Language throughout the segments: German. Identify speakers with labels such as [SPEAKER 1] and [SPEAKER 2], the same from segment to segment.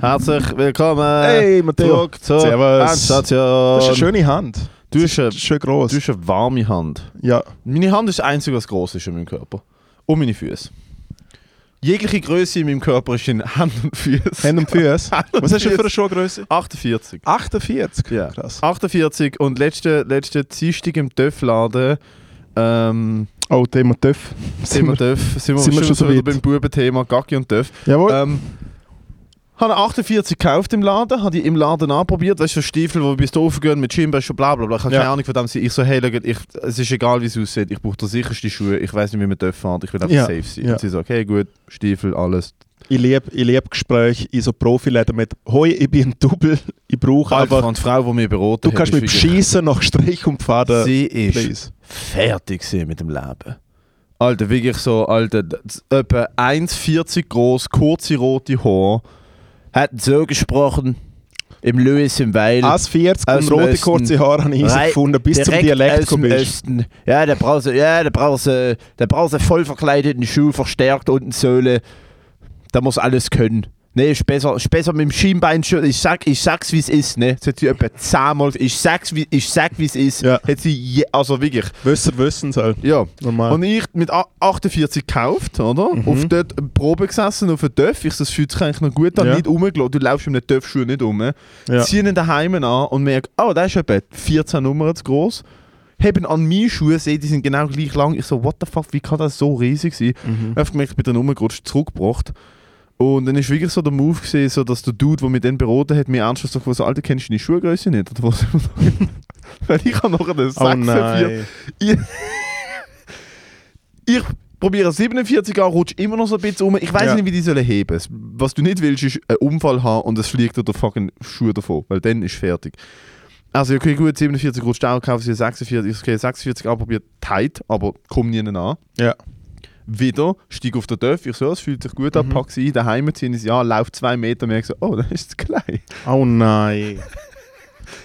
[SPEAKER 1] Herzlich willkommen
[SPEAKER 2] Hey, Matteo.
[SPEAKER 1] zurück zur
[SPEAKER 2] Servus.
[SPEAKER 1] Endstation.
[SPEAKER 2] Das ist eine schöne Hand.
[SPEAKER 1] du, hast eine,
[SPEAKER 2] Das ist schön gross.
[SPEAKER 1] du hast eine warme Hand.
[SPEAKER 2] Ja.
[SPEAKER 1] Meine Hand ist das Einzige, was gross ist in meinem Körper. Und meine Füße. Jegliche Größe in meinem Körper ist in Händen und Füßen.
[SPEAKER 2] Hände und Füße. Was hast du für eine Schuhgröße?
[SPEAKER 1] 48.
[SPEAKER 2] 48.
[SPEAKER 1] Ja.
[SPEAKER 2] Krass.
[SPEAKER 1] 48 und letzte, letzte Dienstag im Töffladen ähm,
[SPEAKER 2] Oh, Thema TÜV.
[SPEAKER 1] sind wir, Töff, sind wir,
[SPEAKER 2] sind wir schon so
[SPEAKER 1] wieder
[SPEAKER 2] weit?
[SPEAKER 1] beim Bubenthema Gacki und Töff.
[SPEAKER 2] Jawohl.
[SPEAKER 1] Ähm, habe 48 gekauft im Laden, habe die im Laden anprobiert, weißt du, so Stiefel, die bis drauf gehen mit Schienbäschen, bla bla bla. Ich habe
[SPEAKER 2] Ja.
[SPEAKER 1] keine Ahnung von dem, ich so, hey, schau, ich, es ist egal, wie es aussieht, ich brauche da sicherste Schuhe, ich weiß nicht, wie man dürfen fahren, ich will einfach
[SPEAKER 2] Ja.
[SPEAKER 1] safe sein.
[SPEAKER 2] Ja.
[SPEAKER 1] Und sie so, okay, gut, Stiefel, alles.
[SPEAKER 2] ich liebe ich lieb Gespräche in so Profiläden mit «Hoi, ich bin ein Double, ich brauche
[SPEAKER 1] Alter,
[SPEAKER 2] einfach...»
[SPEAKER 1] und die Frau, die mir beraten
[SPEAKER 2] Du
[SPEAKER 1] hat,
[SPEAKER 2] kannst
[SPEAKER 1] ist
[SPEAKER 2] mit
[SPEAKER 1] wirklich-
[SPEAKER 2] Schießen nach Strich und Pfaden...
[SPEAKER 1] Sie ist
[SPEAKER 2] Please.
[SPEAKER 1] fertig gewesen mit dem Leben. Alter, wirklich so, Alter, d- z- etwa 1,40 groß, kurze rote Haare, hat so gesprochen, im Louis im Weil.
[SPEAKER 2] Ah, 1,40
[SPEAKER 1] Aus
[SPEAKER 2] und
[SPEAKER 1] dem
[SPEAKER 2] rote
[SPEAKER 1] Osten.
[SPEAKER 2] kurze Haare habe ich easy
[SPEAKER 1] Rei-
[SPEAKER 2] gefunden, bis zum
[SPEAKER 1] direkt
[SPEAKER 2] Dialekt
[SPEAKER 1] aus dem
[SPEAKER 2] gekommen bist.
[SPEAKER 1] Osten. Ja, da brauchst du, ja, da brauchst du, da brauchst du voll verkleideten Schuh, verstärkt und eine Sohle. Da muss alles können. Nee, ist besser, ist besser mit dem Schienbein. schon. Ich sag, ich sag's, wie's ist, ne? Das hat sie etwa zehnmal, ich sag's, wie, ich sag, wie's ist.
[SPEAKER 2] Ja.
[SPEAKER 1] Hat sie, je, also wirklich,
[SPEAKER 2] Wösser wissen soll.
[SPEAKER 1] ja.
[SPEAKER 2] Normal.
[SPEAKER 1] Und ich mit a- 48 gekauft, oder?
[SPEAKER 2] Mhm.
[SPEAKER 1] Auf dort eine Probe gesessen, auf einen Dörf. Ich so, das fühlt sich eigentlich noch gut an,
[SPEAKER 2] Ja.
[SPEAKER 1] nicht rumgelassen. Du laufst in einem Dörfschuh nicht rum.
[SPEAKER 2] Ja.
[SPEAKER 1] Zieh ihn daheim an und merke, oh, der ist etwa 14 Nummern zu groß. Heben an meine Schuhe, sehe, die sind genau gleich lang. Ich so, what the fuck, wie kann das so riesig sein?
[SPEAKER 2] Mhm.
[SPEAKER 1] Ich habe gemerkt, ich bin dann rumgerutscht, zurückgebracht. Und dann ist wirklich so der Move gesehen, so, dass der Dude, der mich dann beraten hat, mir ernsthaft so gefragt, so, Alter, kennst du deine Schuhgröße nicht? Oder was? Weil ich habe nachher eine
[SPEAKER 2] Oh
[SPEAKER 1] 46
[SPEAKER 2] nein.
[SPEAKER 1] ich probiere 47 an, rutsche immer noch so ein bisschen um. Ich weiß
[SPEAKER 2] Ja.
[SPEAKER 1] nicht, wie die sollen heben. Was du nicht willst, ist einen Unfall haben und es fliegt dir der fucking Schuh davon, weil dann ist fertig. Also, okay, gut, 47 rutscht auch, kaufe sie 46, okay, 46 anprobiert, tight, aber komm nie an.
[SPEAKER 2] Ja.
[SPEAKER 1] Wieder, steig auf den Dörf, ich so, es fühlt sich gut an,
[SPEAKER 2] Mhm.
[SPEAKER 1] pack sie ein, daheim ziehen sie an, lauf zwei Meter, merke so, oh, das ist zu klein.
[SPEAKER 2] Oh nein.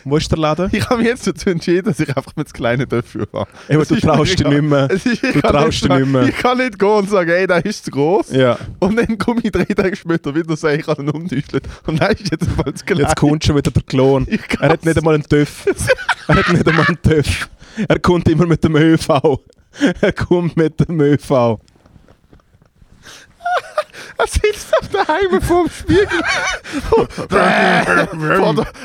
[SPEAKER 2] Wo ist der Laden?
[SPEAKER 1] Ich habe mich jetzt dazu entschieden, dass ich einfach mit dem kleinen Dörfchen fahre.
[SPEAKER 2] Eben,
[SPEAKER 1] Es
[SPEAKER 2] du
[SPEAKER 1] ist
[SPEAKER 2] traust dich
[SPEAKER 1] mir
[SPEAKER 2] nicht mehr.
[SPEAKER 1] Es ist- ich
[SPEAKER 2] Du
[SPEAKER 1] kann
[SPEAKER 2] traust dich
[SPEAKER 1] sagen-
[SPEAKER 2] nicht mehr.
[SPEAKER 1] Ich kann nicht gehen und sagen, hey, der ist zu groß.
[SPEAKER 2] Ja.
[SPEAKER 1] Und dann komme ich drei Tage später wieder und sage, ich habe ihn umdüstelt. Und nein, ist jetzt voll zu klein.
[SPEAKER 2] Jetzt kommt schon wieder der Klon.
[SPEAKER 1] Ich
[SPEAKER 2] Er hat nicht einmal einen TÜV. Er hat nicht einmal einen TÜV. Er kommt immer mit dem ÖV. Er kommt mit dem ÖV.
[SPEAKER 1] Er sitzt auf der Heime vorm Spiegel. Vor der-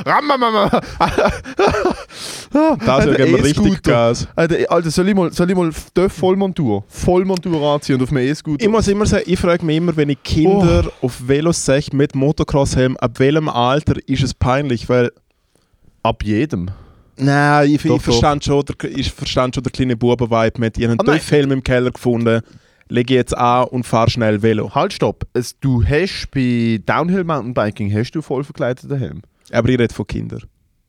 [SPEAKER 1] Rammamama.
[SPEAKER 2] Das
[SPEAKER 1] Alter,
[SPEAKER 2] wird immer richtig
[SPEAKER 1] E-Scooter.
[SPEAKER 2] Gas.
[SPEAKER 1] Alter, Alter, soll ich mal, soll ich mal Dörf Vollmontur, Vollmontur anziehen und auf meinen E-Scooter?
[SPEAKER 2] Ich muss immer sagen, ich frage mich immer, wenn ich Kinder auf Velos sehe mit Motocross-Helm, ab welchem Alter ist es peinlich? Weil,
[SPEAKER 1] Ab jedem.
[SPEAKER 2] nein, ich,
[SPEAKER 1] Doch,
[SPEAKER 2] ich,
[SPEAKER 1] doch.
[SPEAKER 2] verstand schon, der, ich verstand schon den kleinen Buben-Vibe mit. Ich habe
[SPEAKER 1] Ah,
[SPEAKER 2] einen
[SPEAKER 1] nein.
[SPEAKER 2] TÜV-Helm im Keller gefunden, lege jetzt an und fahre schnell Velo.
[SPEAKER 1] Halt, stopp. Es, du hast bei Downhill Mountainbiking hast du voll verkleideten Helm.
[SPEAKER 2] Aber ich rede von Kindern.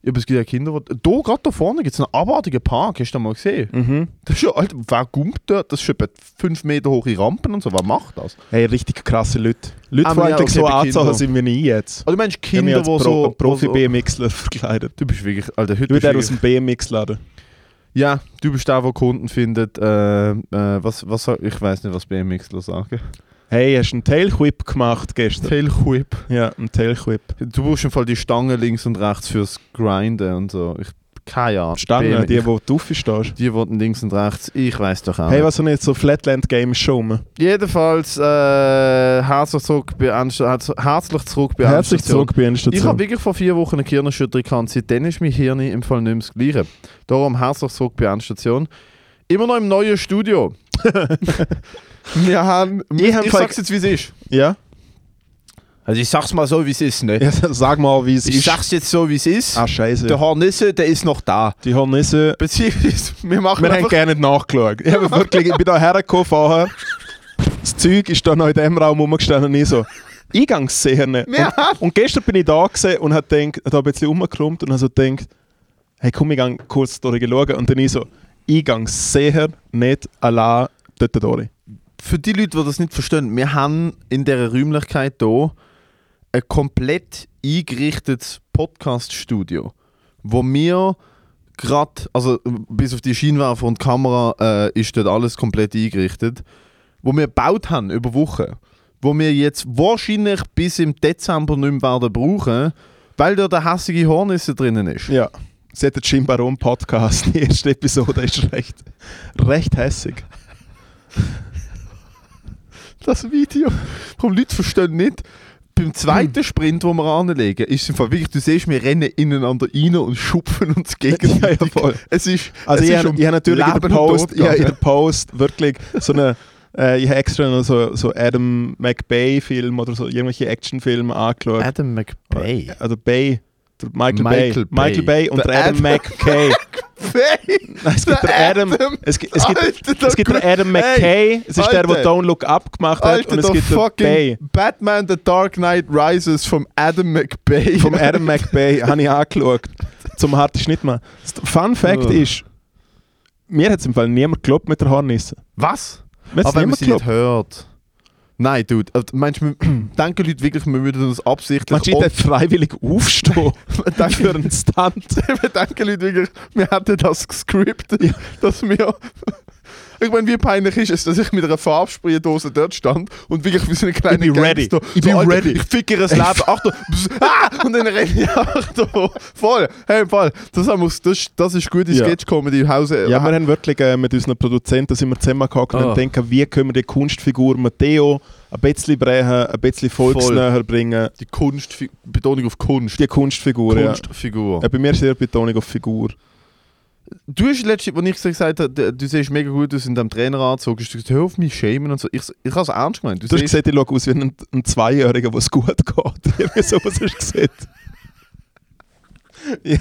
[SPEAKER 1] Ja, aber es gibt ja Kinder, die... Da, gerade da vorne gibt es einen abartigen Park, hast du das mal gesehen?
[SPEAKER 2] Mhm.
[SPEAKER 1] Das ist ja, Alter, wer gumpt dort? Das ist etwa 5 Meter hohe Rampen und so. Wer macht das?
[SPEAKER 2] Hey, richtig krasse Leute. Leute,
[SPEAKER 1] Ah,
[SPEAKER 2] die
[SPEAKER 1] ja,
[SPEAKER 2] eigentlich
[SPEAKER 1] okay,
[SPEAKER 2] so
[SPEAKER 1] bei
[SPEAKER 2] anzogen
[SPEAKER 1] Kindern.
[SPEAKER 2] sind wie ich jetzt.
[SPEAKER 1] Also, du meinst
[SPEAKER 2] Ich habe mich
[SPEAKER 1] Kinder,
[SPEAKER 2] als
[SPEAKER 1] die so. wo so-
[SPEAKER 2] Profi-BMXler verkleidet.
[SPEAKER 1] Du bist wirklich. Alter, heute
[SPEAKER 2] Ich bin
[SPEAKER 1] bist
[SPEAKER 2] der
[SPEAKER 1] du
[SPEAKER 2] aus
[SPEAKER 1] wirklich,
[SPEAKER 2] dem BMX-Laden.
[SPEAKER 1] Ja, du bist der, der Kunden findet. Äh, äh, was, was soll. Ich weiß nicht, was BMXler sagen.
[SPEAKER 2] Hey, hast du einen Tailquip gemacht gestern?
[SPEAKER 1] Tailquip.
[SPEAKER 2] Ja, einen Tailquip.
[SPEAKER 1] Du brauchst im Fall die Stangen links und rechts fürs Grinden und so. Ich. Keine Ahnung.
[SPEAKER 2] Stangen,
[SPEAKER 1] BMX.
[SPEAKER 2] die, wo du aufstehst.
[SPEAKER 1] Die wollten links und rechts. Ich weiß doch auch.
[SPEAKER 2] Hey,
[SPEAKER 1] nicht.
[SPEAKER 2] was sind jetzt so Flatland-Games schon?
[SPEAKER 1] Jedenfalls, äh, herzlich zurück bei Anst- Herzlich zurück bei
[SPEAKER 2] Herzlich
[SPEAKER 1] Anstation.
[SPEAKER 2] zurück bei
[SPEAKER 1] Ich habe
[SPEAKER 2] Endstation.
[SPEAKER 1] wirklich vor vier Wochen eine Kirnerschütterung gehabt. und Seitdem ist mein Hirn im Fall nicht mehr das Gleiche. Darum herzlich zurück bei Anstation. Immer noch im neuen Studio. Wir haben.
[SPEAKER 2] Ich hab
[SPEAKER 1] ich
[SPEAKER 2] voll-
[SPEAKER 1] sag's jetzt, wie es ist.
[SPEAKER 2] Ja?
[SPEAKER 1] Also, ich sag's mal so, wie es ist. Ne?
[SPEAKER 2] ja? Sag mal, wie es
[SPEAKER 1] Ich
[SPEAKER 2] ist.
[SPEAKER 1] sag's jetzt so, wie es ist.
[SPEAKER 2] Ah, scheiße.
[SPEAKER 1] Der Hornisse, der ist noch da.
[SPEAKER 2] Die Hornisse.
[SPEAKER 1] Beziehungsweise, wir machen
[SPEAKER 2] Wir haben
[SPEAKER 1] einfach.
[SPEAKER 2] gerne nicht nachgeschaut. Ich, habe wirklich, ich bin da hergekommen vorher. Das Zeug ist da noch in diesem Raum rumgestanden und ich so... Eingangsszene.
[SPEAKER 1] Wir
[SPEAKER 2] Und,
[SPEAKER 1] haben-
[SPEAKER 2] und gestern bin ich da gesehen und habe gedacht, da ein bisschen rumgekrummt und habe so gedacht, hey komm, ich gehe kurz da schauen. Und dann ich so, Eingangsseher, nicht allein dort durch.
[SPEAKER 1] Für die Leute, die das nicht verstehen, wir haben in dieser Räumlichkeit hier ein komplett eingerichtetes Podcast-Studio, wo wir gerade, also äh, bis auf die Scheinwerfer und Kamera äh, ist dort alles komplett eingerichtet, wo wir gebaut haben über Wochen. wo wir jetzt wahrscheinlich bis im Dezember nicht mehr werden brauchen, weil da der hässige Hornisse drinnen ist.
[SPEAKER 2] Ja. Sie hat den Jim Baron Podcast, die erste Episode ist recht, recht hässig.
[SPEAKER 1] Das Video. Warum Leute verstehen nicht, beim zweiten
[SPEAKER 2] Hm.
[SPEAKER 1] Sprint, wo wir anlegen, ist es im Fall wirklich, du siehst, wir rennen ineinander rein und schupfen uns gegenseitig.
[SPEAKER 2] Ja, ja, voll.
[SPEAKER 1] Es ist,
[SPEAKER 2] Also
[SPEAKER 1] es
[SPEAKER 2] ich
[SPEAKER 1] ist
[SPEAKER 2] habe
[SPEAKER 1] um
[SPEAKER 2] ich habe natürlich in der
[SPEAKER 1] Leben und
[SPEAKER 2] Post,
[SPEAKER 1] Tod
[SPEAKER 2] ich habe in der
[SPEAKER 1] gegangen.
[SPEAKER 2] Post wirklich so eine, äh, ich habe extra noch so, so Adam McBay Film oder so irgendwelche Actionfilme angeschaut.
[SPEAKER 1] Adam McBay.
[SPEAKER 2] Also Bay, der Michael,
[SPEAKER 1] Michael
[SPEAKER 2] Bay. Michael Bay und der Adam, McKay.
[SPEAKER 1] McBay?
[SPEAKER 2] Nein, es gibt
[SPEAKER 1] Der
[SPEAKER 2] der Adam,
[SPEAKER 1] Adam-
[SPEAKER 2] es gibt, es gibt,
[SPEAKER 1] Alter, der
[SPEAKER 2] es gibt der
[SPEAKER 1] Gru-
[SPEAKER 2] Adam
[SPEAKER 1] Hey,
[SPEAKER 2] McKay, es ist der, der
[SPEAKER 1] Alter.
[SPEAKER 2] Don't Look Up gemacht hat
[SPEAKER 1] Alter,
[SPEAKER 2] und es
[SPEAKER 1] der
[SPEAKER 2] gibt der
[SPEAKER 1] fucking
[SPEAKER 2] Bay.
[SPEAKER 1] Batman The Dark Knight Rises vom Adam McBay.
[SPEAKER 2] Vom Adam McBay habe ich angeschaut. Zum harten Schnitt mal. Fun Fact
[SPEAKER 1] Ja.
[SPEAKER 2] ist, mir hat es im Fall niemand geglaubt mit der Hornisse.
[SPEAKER 1] Was?
[SPEAKER 2] Mir hat's
[SPEAKER 1] Aber wenn man
[SPEAKER 2] niemand
[SPEAKER 1] sie nicht
[SPEAKER 2] geglaubt.
[SPEAKER 1] hört. Nein, Dude. Also, Meinst du, wir- denken Leute wirklich, wir würden uns absichtlich...
[SPEAKER 2] Man steht freiwillig aufstehen
[SPEAKER 1] Danke.
[SPEAKER 2] für einen Stunt.
[SPEAKER 1] wir denken Leute wirklich, wir hätten das gescriptet, dass wir... Ich meine, wie peinlich ist es, dass ich mit einer Farbspraydose dort stand und wirklich wie so eine kleine
[SPEAKER 2] bin ready.
[SPEAKER 1] Gangster.
[SPEAKER 2] Ich bin
[SPEAKER 1] so, Alter,
[SPEAKER 2] ready.
[SPEAKER 1] Ich ficke ihr das Leben. Achtung. Bzz, ah! Und dann renne ich. Achtung. Voll. Hey, voll. Das, haben wir, das, das ist gute
[SPEAKER 2] Ja.
[SPEAKER 1] Sketch-Comedy im Hause.
[SPEAKER 2] Ja, wir haben wirklich äh, mit unseren Produzenten sind wir zusammengehackt
[SPEAKER 1] Ah.
[SPEAKER 2] und denken, wie können wir die Kunstfigur Matteo ein bisschen brechen, ein bisschen volksnäher bringen.
[SPEAKER 1] die Kunst, Betonung auf Kunst.
[SPEAKER 2] Die Äh. Kunstfigur, ja.
[SPEAKER 1] Kunstfigur.
[SPEAKER 2] ja. Bei mir ist sehr Betonung auf Figur.
[SPEAKER 1] Du hast letztens, als ich so gesagt habe, du, du siehst mega gut aus in deinem Traineranzug, hast du gesagt, hör auf mich schämen und so. Ich, ich habe es ernst gemeint. Du
[SPEAKER 2] Du hast
[SPEAKER 1] siehst,
[SPEAKER 2] gesehen, ich schaue aus wie ein, ein Zweijähriger, der es gut geht. Irgendwie sowas hast du gesehen. Yes.
[SPEAKER 1] ich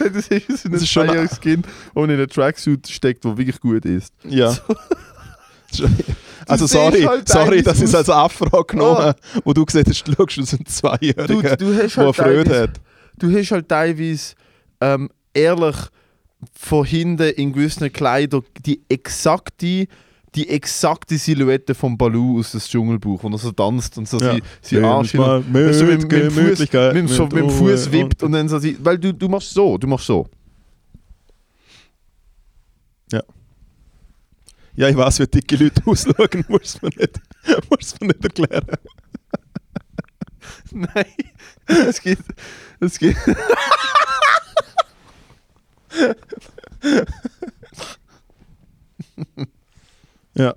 [SPEAKER 1] habe gesagt, du siehst aus wie ein
[SPEAKER 2] Das ist schon-
[SPEAKER 1] zweijähriges Kind, das in einen Tracksuit steckt, der wirklich gut ist.
[SPEAKER 2] Ja. Also
[SPEAKER 1] siehst
[SPEAKER 2] sorry,
[SPEAKER 1] halt
[SPEAKER 2] sorry,
[SPEAKER 1] teilweise
[SPEAKER 2] dass ich es
[SPEAKER 1] aus-
[SPEAKER 2] als Afro genommen habe, wo du gesehen hast, du schaust aus einem Zweijährigen,
[SPEAKER 1] du hast halt
[SPEAKER 2] der Freude
[SPEAKER 1] teilweise-
[SPEAKER 2] hat.
[SPEAKER 1] Du hast halt teilweise, ähm, ehrlich, von hinten in gewissen Kleidern die exakte die exakte Silhouette von Baloo aus dem Dschungelbuch, wo er so tanzt und so
[SPEAKER 2] Ja.
[SPEAKER 1] sie, sie Arsch in-
[SPEAKER 2] Mal
[SPEAKER 1] Wenn
[SPEAKER 2] mit,
[SPEAKER 1] du mit, mit, dem Fuß, mit,
[SPEAKER 2] Gemütlichkeit,
[SPEAKER 1] dem- so, mit dem
[SPEAKER 2] Ruhe
[SPEAKER 1] Fuß wippt und dann so sie, weil du, du machst so, du machst so.
[SPEAKER 2] Ja, ich weiß, wie dicke Leute ausschauen, muss man nicht, muss man nicht erklären.
[SPEAKER 1] Nein, es geht, es geht.
[SPEAKER 2] Ja.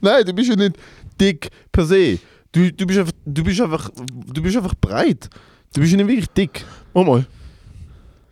[SPEAKER 1] Nein, du bist ja nicht dick per se. Du, du, bist, einfach, du, bist, einfach, du bist einfach breit. Du bist ja nicht wirklich dick.
[SPEAKER 2] Oh mal.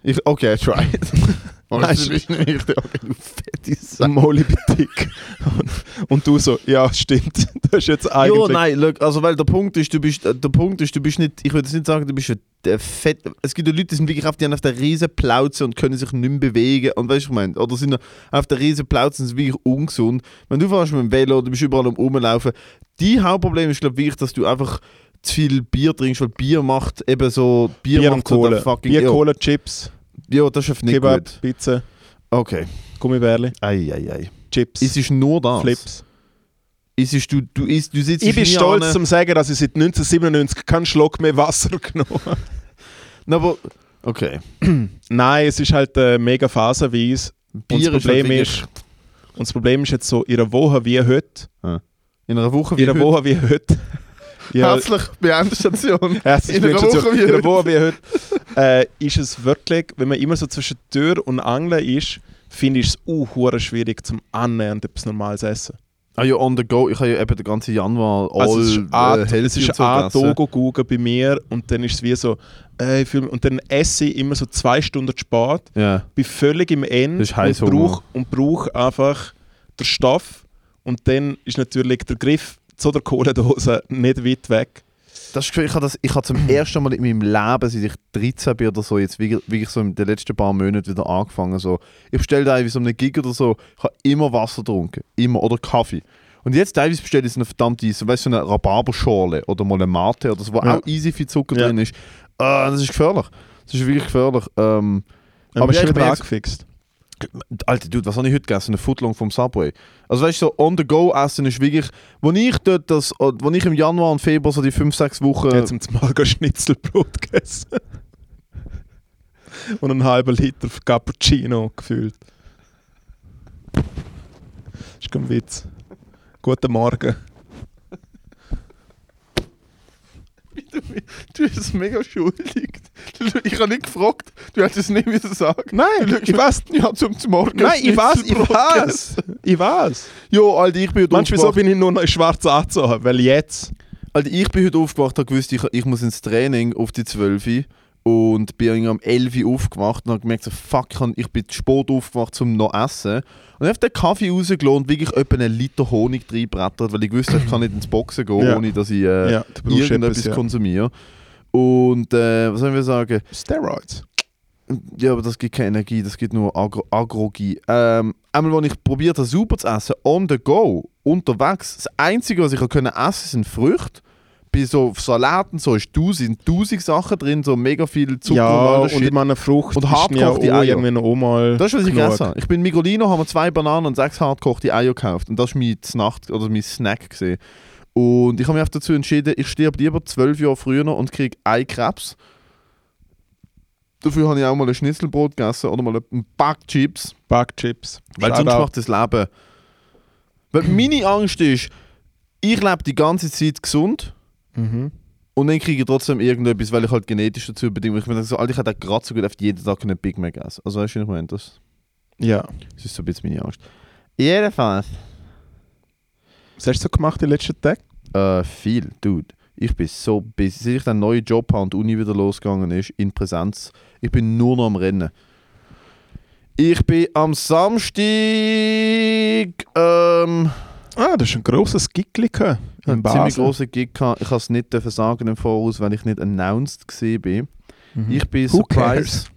[SPEAKER 1] Ich, okay, I tried. Aber
[SPEAKER 2] Nein,
[SPEAKER 1] du bist Oh, nicht wirklich dick. Okay, du fette Sau.
[SPEAKER 2] Mal, ich bin dick. Und, und du so, ja, stimmt. Das ist jetzt eigentlich.
[SPEAKER 1] Jo, nein, look, also weil der Punkt ist, du bist, äh, der Punkt ist, du bist nicht, ich würde jetzt nicht sagen, du bist ein äh, fett, es gibt ja Leute, die sind wirklich auf, die haben auf der riesen Plauze und können sich nicht mehr bewegen und weißt du, was ich meine, oder sind auf der riesen Plauze und sind wirklich ungesund. Wenn du fährst mit dem Velo, du bist überall am rumlaufen, die Hauptproblem ist, glaube ich, wirklich, dass du einfach zu viel Bier trinkst, weil Bier macht eben so, Bier,
[SPEAKER 2] Bier und
[SPEAKER 1] macht so
[SPEAKER 2] Cola.
[SPEAKER 1] der fucking,
[SPEAKER 2] Bier,
[SPEAKER 1] ja,
[SPEAKER 2] Cola, Chips,
[SPEAKER 1] ja, das ist einfach nicht gut.
[SPEAKER 2] Kebab, Pizza,
[SPEAKER 1] Okay,
[SPEAKER 2] Gummibärli,
[SPEAKER 1] ei, ei, ei.
[SPEAKER 2] Chips,
[SPEAKER 1] Es ist nur das.
[SPEAKER 2] Flips.
[SPEAKER 1] Es ist, du, du, isst- du sitzt
[SPEAKER 2] Ich bin
[SPEAKER 1] nie
[SPEAKER 2] stolz
[SPEAKER 1] an-
[SPEAKER 2] zum sagen, dass ich seit 1997 keinen Schluck mehr Wasser genommen habe.
[SPEAKER 1] Na, aber, okay.
[SPEAKER 2] Nein, es ist halt äh, mega phasenweise. Und das
[SPEAKER 1] Bier ist
[SPEAKER 2] Problem
[SPEAKER 1] halt
[SPEAKER 2] ist, und das Problem ist jetzt so, in einer Woche wie heute,
[SPEAKER 1] In einer Woche
[SPEAKER 2] in einer
[SPEAKER 1] heute.
[SPEAKER 2] Woche wie heute, ja,
[SPEAKER 1] Herzlich bei Endstation.
[SPEAKER 2] Herzlich
[SPEAKER 1] In einer
[SPEAKER 2] willkommen
[SPEAKER 1] Woche
[SPEAKER 2] zu
[SPEAKER 1] wie
[SPEAKER 2] in einer
[SPEAKER 1] heute.
[SPEAKER 2] Woche wie heute. äh, ist es wirklich, wenn man immer so zwischen Tür und Angeln ist, finde ich es auch hure schwierig zum annähernd etwas Normales essen.
[SPEAKER 1] Ah ja, on the go. Ich habe ja eben den ganzen Januar all
[SPEAKER 2] Also es ist ein-
[SPEAKER 1] äh,
[SPEAKER 2] es
[SPEAKER 1] healthy und
[SPEAKER 2] ist
[SPEAKER 1] so
[SPEAKER 2] ein
[SPEAKER 1] gegessen.
[SPEAKER 2] Togo gucken bei mir und dann ist es wie so, äh, ich fühl, mich- und dann esse ich immer so zwei Stunden Sport,
[SPEAKER 1] Ja.
[SPEAKER 2] bin völlig im End
[SPEAKER 1] Das ist
[SPEAKER 2] und
[SPEAKER 1] Heißhunger.
[SPEAKER 2] brauche und brauch einfach den Stoff und dann ist natürlich der Griff zu der Kohlendose nicht weit weg.
[SPEAKER 1] Das ist, ich habe das, ich habe zum ersten Mal in meinem Leben, seit ich 13 bin oder so, jetzt wirklich, wirklich so in den letzten paar Monaten wieder angefangen. So. Ich bestelle teilweise um einen Gig oder so, ich habe immer Wasser getrunken. Immer. Oder Kaffee. Und jetzt teilweise bestelle ich so eine verdammte, so, weißt, so eine Rhabarberschorle oder mal eine Mate oder so, wo
[SPEAKER 2] Ja.
[SPEAKER 1] auch easy viel Zucker
[SPEAKER 2] Ja.
[SPEAKER 1] drin ist. Ah, das ist gefährlich. Das ist wirklich gefährlich. Ähm,
[SPEAKER 2] Dann
[SPEAKER 1] Aber
[SPEAKER 2] bist
[SPEAKER 1] ja,
[SPEAKER 2] du
[SPEAKER 1] ich
[SPEAKER 2] wieder
[SPEAKER 1] merk's.
[SPEAKER 2] angefixt.
[SPEAKER 1] Alter, Dude, was habe ich heute gegessen? Eine Footlong vom Subway. Also weißt du, so on the go essen ist wirklich, wo ich dort das, äh, wo ich im Januar und Februar so die 5, 6 Wochen,
[SPEAKER 2] Jetzt im Zmalga Schnitzelbrot gegessen. Und einen halben Liter Cappuccino gefüllt. Das ist kein Witz. Guten Morgen.
[SPEAKER 1] Du, du bist es mega schuldig. Du- Ich habe nicht gefragt, du hättest nicht müssen sagen.
[SPEAKER 2] Nein, ich weiß.
[SPEAKER 1] Ja, zum Morgen.
[SPEAKER 2] Nein, ich weiß, ich
[SPEAKER 1] Schnitzelbrot gegessen.
[SPEAKER 2] weiß. Ich weiß.
[SPEAKER 1] Ja, Alter, ich bin heute
[SPEAKER 2] Manchmal so
[SPEAKER 1] aufgewacht.
[SPEAKER 2] bin ich nur noch in schwarz angezogen, weil jetzt.
[SPEAKER 1] Alter, ich bin heute aufgewacht, habe gewusst, ich, ich muss ins Training auf die 12 und bin irgendwie am 11 Uhr aufgemacht und habe gemerkt, so, fuck, ich hab- ich bin zu spät aufgemacht, um noch essen. Und dann habe den Kaffee rausgelassen und wirklich etwa einen Liter Honig reinbrettert, weil ich gewusst habe, ich kann nicht ins Boxen gehen,
[SPEAKER 2] Ja.
[SPEAKER 1] ohne dass ich äh,
[SPEAKER 2] ja, du brauchst
[SPEAKER 1] irgendetwas
[SPEAKER 2] etwas, ja.
[SPEAKER 1] konsumiere. Und äh, was sollen wir sagen?
[SPEAKER 2] Steroids.
[SPEAKER 1] Ja, aber das gibt keine Energie, das gibt nur Agro Agrogie. Ähm, einmal, als ich probiert habe, super zu essen, on the go, unterwegs, das Einzige, was ich essen konnte, sind Früchte. Bei so Salaten, so ist tausend, tausend Sachen drin, so mega viel Zucker
[SPEAKER 2] ja,
[SPEAKER 1] all
[SPEAKER 2] und
[SPEAKER 1] das Shit.
[SPEAKER 2] ich meine, Frucht
[SPEAKER 1] Und
[SPEAKER 2] ist
[SPEAKER 1] hartgekochte
[SPEAKER 2] ja auch
[SPEAKER 1] Eier.
[SPEAKER 2] irgendwie noch mal
[SPEAKER 1] Das ist, was ich
[SPEAKER 2] genug.
[SPEAKER 1] gegessen habe. Ich bin in Migolino, habe mir zwei Bananen und sechs hartgekochte Eier gekauft. Und das war mein Nacht oder mein Snack. Gewesen. Und ich habe mich einfach dazu entschieden, ich sterbe lieber zwölf Jahre früher und kriege einen Krebs. Dafür habe ich auch mal ein Schnitzelbrot gegessen oder mal ein Backchips.
[SPEAKER 2] Backchips.
[SPEAKER 1] Weil
[SPEAKER 2] Shoutout.
[SPEAKER 1] sonst macht das Leben. Weil meine Angst ist, ich lebe die ganze Zeit gesund
[SPEAKER 2] Mhm.
[SPEAKER 1] und dann kriege ich trotzdem irgendetwas, weil ich halt genetisch dazu bedingt bin. Ich mir denke so, Alter, ich hätte auch gerade so gut einfach jeden Tag einen Big Mac essen. Also weißt du, was ich meine? Das
[SPEAKER 2] Ja.
[SPEAKER 1] das ist so ein bisschen meine Angst. Jedenfalls.
[SPEAKER 2] Was hast du so gemacht in den letzten Tagen?
[SPEAKER 1] Äh, viel, Dude. Ich bin so busy. Seit ich den neuen Job habe und die Uni wieder losgegangen ist, in Präsenz, ich bin nur noch am Rennen. Ich bin am Samstag ähm,
[SPEAKER 2] Ah, das ist ein grosses Gickli gehabt in
[SPEAKER 1] einen ziemlich
[SPEAKER 2] Basel.
[SPEAKER 1] großen Gig gehabt. Ich kann es nicht dürfen sagen im Voraus, weil ich nicht announced war.
[SPEAKER 2] Mhm.
[SPEAKER 1] Ich bin
[SPEAKER 2] Who
[SPEAKER 1] surprised.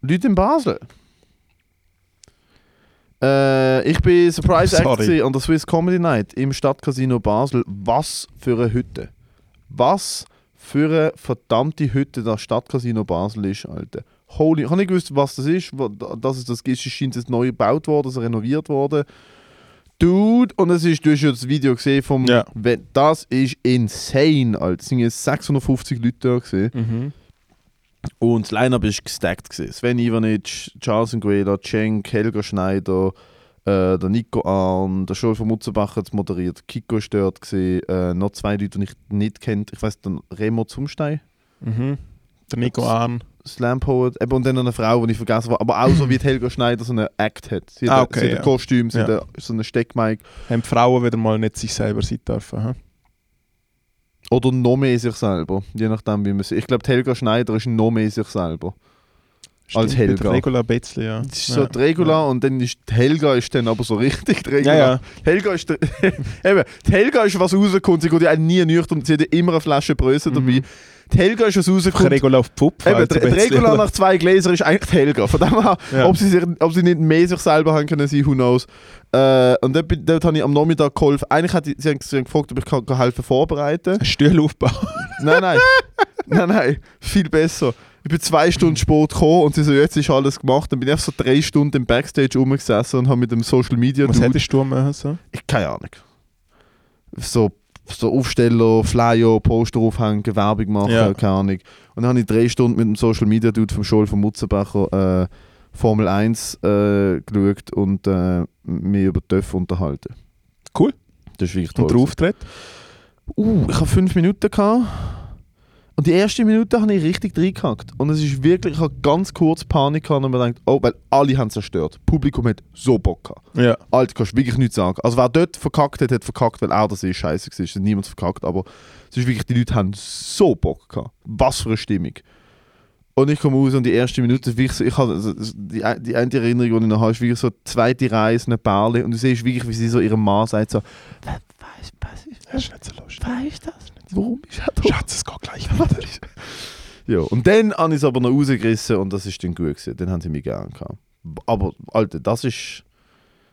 [SPEAKER 1] Leute in Basel. Äh, ich bin Surprise Act
[SPEAKER 2] Sorry.
[SPEAKER 1] gewesen an der Swiss Comedy Night im Stadtcasino Basel. Was für eine Hütte. Was für eine verdammte Hütte das Stadtcasino Basel ist, Alter. Holy, ich habe nicht gewusst, was das ist. wo- Dass es das ist, es scheint es neu gebaut worden, also renoviert worden. Dude, und es ist, du hast ja das Video gesehen vom.
[SPEAKER 2] Ja.
[SPEAKER 1] We- Das ist insane, Alter. Es sind jetzt 650 Leute da gesehen.
[SPEAKER 2] Mhm.
[SPEAKER 1] Und das Line-Up war gestackt. gewesen. Sven Ivanic, Charles Nguela, Cenk, Helga Schneider, äh, der Nico Arn, der Joel von Mutzenbach hat es moderiert, Kiko war dort, gewesen, äh, noch zwei Leute, die ich nicht kennt. Ich weiß den Remo Zumstein,
[SPEAKER 2] Mhm. Der Nico Ahn.
[SPEAKER 1] Slam Poet, eben, und dann noch eine Frau, die ich vergessen habe, aber auch so wie die Helga Schneider so einen Act hat. Sie hat,
[SPEAKER 2] Ah,
[SPEAKER 1] ein-
[SPEAKER 2] okay,
[SPEAKER 1] sie hat
[SPEAKER 2] ja.
[SPEAKER 1] ein Kostüm, sie
[SPEAKER 2] Ja.
[SPEAKER 1] hat ein- so einen Steckmic.
[SPEAKER 2] Haben die Frauen wieder mal nicht sich selber sein dürfen. hä?
[SPEAKER 1] Oder noch mehr sich selber, je nachdem, wie man sieht. Ich glaube, die Helga Schneider ist noch mehr sich selber.
[SPEAKER 2] Stimmt,
[SPEAKER 1] Als Helga.
[SPEAKER 2] bei der Regula ein bisschen, ja.
[SPEAKER 1] Das ist so die Regula und dann ist die Helga ist dann aber so richtig die
[SPEAKER 2] Ja,
[SPEAKER 1] Regula.
[SPEAKER 2] ja.
[SPEAKER 1] Helga ist, der- eben, die Helga ist was rauskommt, sie geht ja auch nie nüchtern, sie hat ja immer eine Flasche Bröse dabei.
[SPEAKER 2] Mhm.
[SPEAKER 1] Die Helga ist was
[SPEAKER 2] Ich
[SPEAKER 1] rauskommt, eben,
[SPEAKER 2] Regula auf die Puppe.
[SPEAKER 1] die,
[SPEAKER 2] also
[SPEAKER 1] die
[SPEAKER 2] ein bisschen.
[SPEAKER 1] Regula nach zwei Gläsern ist eigentlich die Helga. Von dem her,
[SPEAKER 2] Ja.
[SPEAKER 1] ob, sie sich, ob sie nicht mehr sich selber haben können sein, who knows. Äh, und dort, bin- dort habe ich am Nachmittag geholfen, eigentlich hat die, sie, haben, sie haben gefragt, ob ich kann, kann helfen vorbereiten.
[SPEAKER 2] Einen Stuhl aufbauen.
[SPEAKER 1] Nein, nein. nein, nein. Viel besser. Ich bin zwei Stunden spät gekommen und sie so, jetzt ist alles gemacht. Dann bin ich einfach so drei Stunden im Backstage rumgesessen und habe mit dem Social Media
[SPEAKER 2] Was
[SPEAKER 1] Dude-
[SPEAKER 2] hättest du machen so?
[SPEAKER 1] Ich keine Ahnung. So, so Aufsteller, Flyer, Poster aufhängen, Werbung machen,
[SPEAKER 2] Ja.
[SPEAKER 1] keine Ahnung. Und dann habe ich drei Stunden mit dem Social Media Dude vom Scholl von Mutzenbacher äh, Formel 1 äh, geschaut und äh, mich über TÜV unterhalten.
[SPEAKER 2] Cool.
[SPEAKER 1] Das ist wirklich toll.
[SPEAKER 2] Und der Auftritt?
[SPEAKER 1] Uh, ich habe fünf Minuten gehabt. Und die erste Minute habe ich richtig reingehackt. Und es ist wirklich, ich habe ganz kurz Panik gehabt und mir gedacht, oh, weil alle haben zerstört. Das Publikum hat so Bock gehabt.
[SPEAKER 2] Ja.
[SPEAKER 1] Alter, kannst du wirklich nichts sagen. Also wer dort verkackt hat, hat verkackt, weil auch das ist scheiße war. Es hat niemand verkackt, aber es ist wirklich, die Leute haben so Bock gehabt. Was für eine Stimmung. Und ich komme raus und die erste Minute, wie ich, so, ich habe, also, die, ein- die eine Erinnerung, die ich noch habe, ist wirklich so die zweite Reihe, so eine Perle. Und du siehst wirklich, wie sie so ihrem Mann sagt, so, was, was,
[SPEAKER 2] Das ist nicht so lustig.
[SPEAKER 1] was ist das? Warum ist er da?
[SPEAKER 2] Schatz, es geht gleich weiter.
[SPEAKER 1] Ja, und dann habe ich es aber noch rausgerissen und das ist dann gut gewesen. Dann haben sie mich gern gehabt. Aber, Alter, das ist,